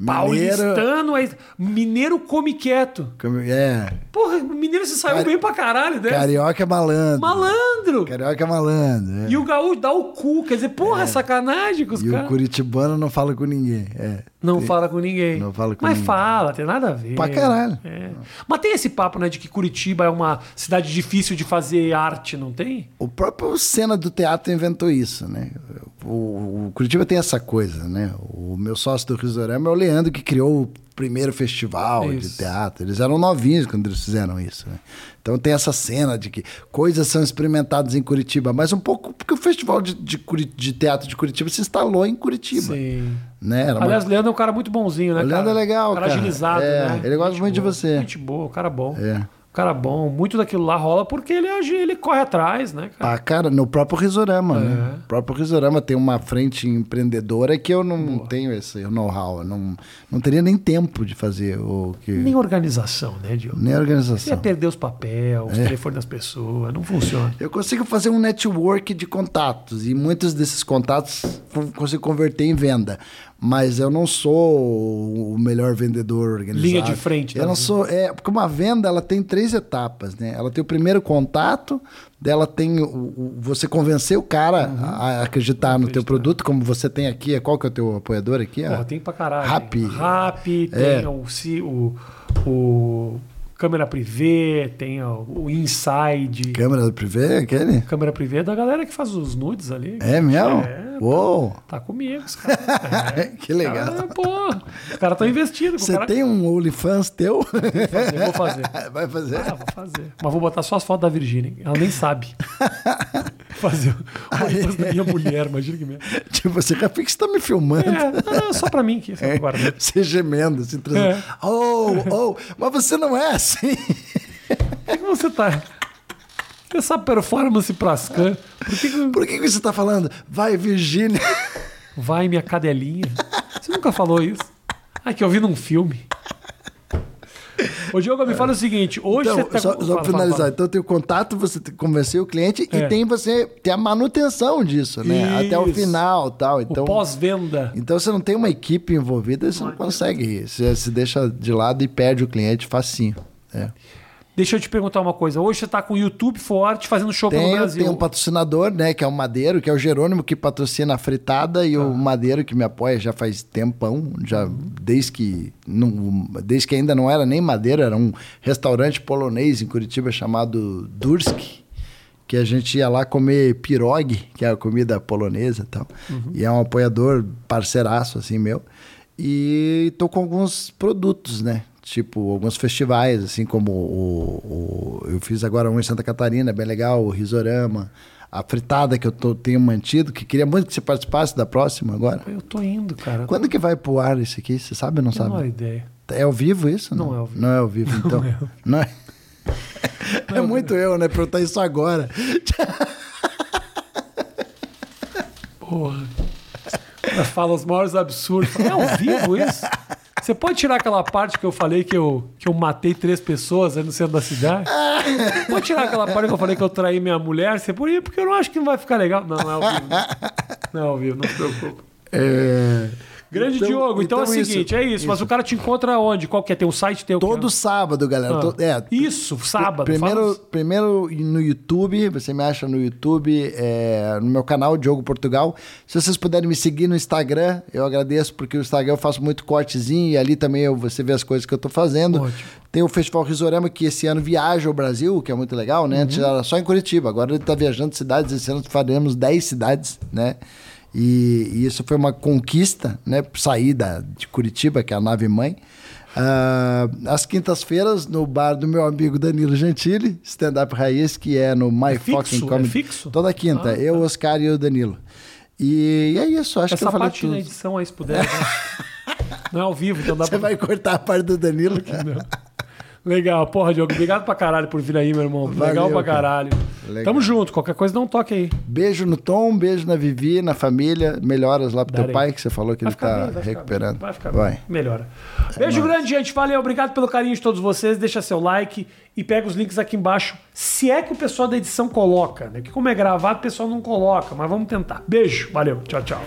B: Mineiro-
A: Paulistano, aí- mineiro come quieto.
B: É.
A: Porra, o mineiro se saiu
B: Cari-
A: bem pra caralho, né?
B: Carioca é malandro.
A: Malandro!
B: Carioca é malandro. é.
A: E o gaúcho dá o cu, quer dizer, porra, é sacanagem com os
B: E o
A: caras.
B: curitibano não fala com ninguém. É.
A: Não fala com ninguém.
B: Não fala com
A: Mas
B: ninguém.
A: fala, tem nada a ver.
B: Pra caralho.
A: É. Mas tem esse papo, né, de que Curitiba é uma cidade difícil de fazer arte, não tem?
B: O próprio cena do teatro inventou isso, né? O, o Curitiba tem essa coisa, né? O meu sócio do Risorama é o Leandro que criou o primeiro festival de
A: Isso.
B: teatro. Eles eram novinhos quando eles fizeram isso, né? Então tem essa cena de que coisas são experimentadas em Curitiba, mas um pouco porque o festival de, de, Curi- de teatro de Curitiba se instalou em Curitiba,
A: Sim.
B: né? Era uma-
A: Aliás, o Leandro é um cara muito bonzinho, né?
B: O Leandro
A: cara?
B: é legal,
A: cara.
B: cara.
A: agilizado,
B: É,
A: né?
B: ele gosta muito de
A: boa.
B: você.
A: Gente boa, cara bom.
B: É.
A: Cara bom. Muito daquilo lá rola porque ele age, ele corre atrás, né, cara?
B: Pá, cara, no próprio Risorama, né?
A: É.
B: O próprio Risorama tem uma frente empreendedora que eu não tenho esse know-how. eu Não, não teria nem tempo de fazer o que.
A: Nem
B: Nem,
A: organização, né, Diogo?
B: a
A: Você ia
B: organização. É.
A: perder os papéis, os telefones das pessoas, não funciona.
B: Eu consigo fazer um network de contatos e muitos desses contatos eu consigo converter em venda. Mas eu não sou o melhor vendedor organizado.
A: Linha de frente,
B: Eu
A: tá
B: não
A: vendo?
B: sou. É, porque uma venda ela tem três etapas, né? Ela tem o primeiro contato, dela tem o, o- você convencer o cara
A: Uhum.
B: a acreditar no teu produto, como você tem aqui. é Qual que é o teu apoiador aqui?
A: Porra,
B: Ah,
A: tem pra caralho.
B: Rap. É.
A: hein? Rap, tem o, ci- o, o câmera privê, tem o, o inside.
B: Câmera do privê, aquele?
A: câmera privê é da galera que faz os nudes ali.
B: É mesmo?
A: É,
B: Uou!
A: Tá comigo, os caras.
B: que legal.
A: Cara, porra, os caras estão investindo. com o
B: Você
A: cara...
B: tem um OnlyFans teu?
A: Eu vou fazer.
B: Vai fazer?
A: Ah, vou fazer. Mas vou botar só as fotos da Virgínia. hein? Ela nem sabe. fazer o OnlyFans da minha mulher, imagina que merda.
B: Tipo assim, cara, por que você tá me filmando?
A: É, não, é só pra mim que isso eu guardei.
B: Você gemendo, assim, transando.
A: É.
B: Oh, oh, mas você não é assim.
A: Por que você tá. Essa performance prascan. Por que que
B: Por que que você tá falando? Vai, Virgínia.
A: vai minha cadelinha? Você nunca falou isso? Ah, que eu vi num filme. Ô, Diogo, me fala o seguinte. Hoje
B: Então,
A: você tá...
B: só,
A: Fala,
B: só
A: fala,
B: pra finalizar,
A: fala.
B: então tem o contato, você tem que convencer o cliente
A: É.
B: e tem você tem a manutenção disso, né? Até o
A: Isso.
B: final tal.
A: O
B: Então,
A: pós-venda.
B: então você não tem uma equipe envolvida, você não consegue. Você se deixa de lado e perde o cliente facinho. É.
A: Deixa eu te perguntar uma coisa. Hoje você tá com o YouTube forte fazendo show pelo
B: Tem,
A: Brasil.
B: tem um patrocinador, né? Que é o Madeiro, que é o Jerônimo que patrocina a fritada e o Madeiro que me apoia já faz tempão, já desde que não, desde que ainda não era nem Madeiro, era um restaurante polonês em Curitiba chamado Durski. Que a gente ia lá comer pirogue, que é a comida polonesa e tal. E é um apoiador parceiraço, assim, meu. E tô com alguns produtos, né? Tipo, alguns festivais, assim como o, o- eu fiz agora um em Santa Catarina, bem legal, o Risorama, a fritada que eu tô- tenho mantido, que queria muito que você participasse da próxima agora.
A: Eu tô indo, cara. Eu
B: Quando que vai pro ar isso aqui? Você sabe ou não
A: tenho a menor
B: sabe?
A: ideia.
B: É ao vivo isso?
A: Não é ao vivo.
B: Não é ao vivo, então. Não é. É muito eu, né? Perguntar isso agora.
A: Porra. Ela Fala os maiores absurdos. Fala, É ao vivo isso? Você pode tirar aquela parte que eu falei que eu, que eu matei três pessoas ali no centro da cidade? Pode tirar aquela parte que eu falei que eu traí minha mulher? Você pode ir, porque eu não acho que não vai ficar legal. Não, não é ao vivo. Não é ao vivo, não se preocupe.
B: É...
A: Grande
B: Então-
A: Diogo, então, é o
B: então isso,
A: seguinte, é isso. Mas o cara te encontra onde? Qual que é? Tem um site? Tem o quê?
B: Todo sábado, galera.
A: Ah.
B: to- é,
A: Isso, sábado.
B: Primeiro,
A: fala-
B: primeiro no YouTube, você me acha no YouTube, é, no meu canal, Diogo Portugal. Se vocês puderem me seguir no Instagram, eu agradeço, porque o Instagram eu faço muito cortezinho e ali também eu- você vê as coisas que eu tô fazendo.
A: Ótimo.
B: Tem o Festival Risorama, que esse ano viaja ao Brasil, que é muito legal,
A: Uhum.
B: né? Antes era só em Curitiba, agora ele tá viajando cidades, esse ano faremos 10 cidades, né? E, e isso foi uma conquista, né? Sair da, de Curitiba, que é a nave mãe. Ah, às quintas-feiras, no bar do meu amigo Danilo Gentili, stand-up raiz, que é no My
A: É fixo?
B: Fucking
A: É
B: Comedy.
A: fixo? Ah, tá.
B: Toda quinta, eu, Oscar e o Danilo. E, é isso, acho que
A: Essa
B: eu falei
A: parte
B: tudo.
A: na edição aí, se puder. né? Não é ao vivo, então dá
B: Você
A: pra...
B: vai cortar a parte do Danilo?
A: Legal, porra, Diogo. Obrigado pra caralho por vir aí, meu irmão. Legal
B: Valeu,
A: pra
B: cara.
A: caralho.
B: Legal.
A: Tamo junto, qualquer coisa dá um toque aí.
B: Beijo no Tom, beijo na Vivi, na família. Melhoras lá pro
A: Darei.
B: teu pai, que você falou que ele tá
A: bem, ficar
B: recuperando.
A: bem, vai ficar
B: vai.
A: bem. Melhora. Beijo grande, gente. Valeu, obrigado pelo carinho de todos vocês. Deixa seu like e pega os links aqui embaixo. Se é que o pessoal da edição coloca, né? Que como é gravado, o pessoal não coloca, mas vamos tentar. Beijo, valeu, tchau, tchau.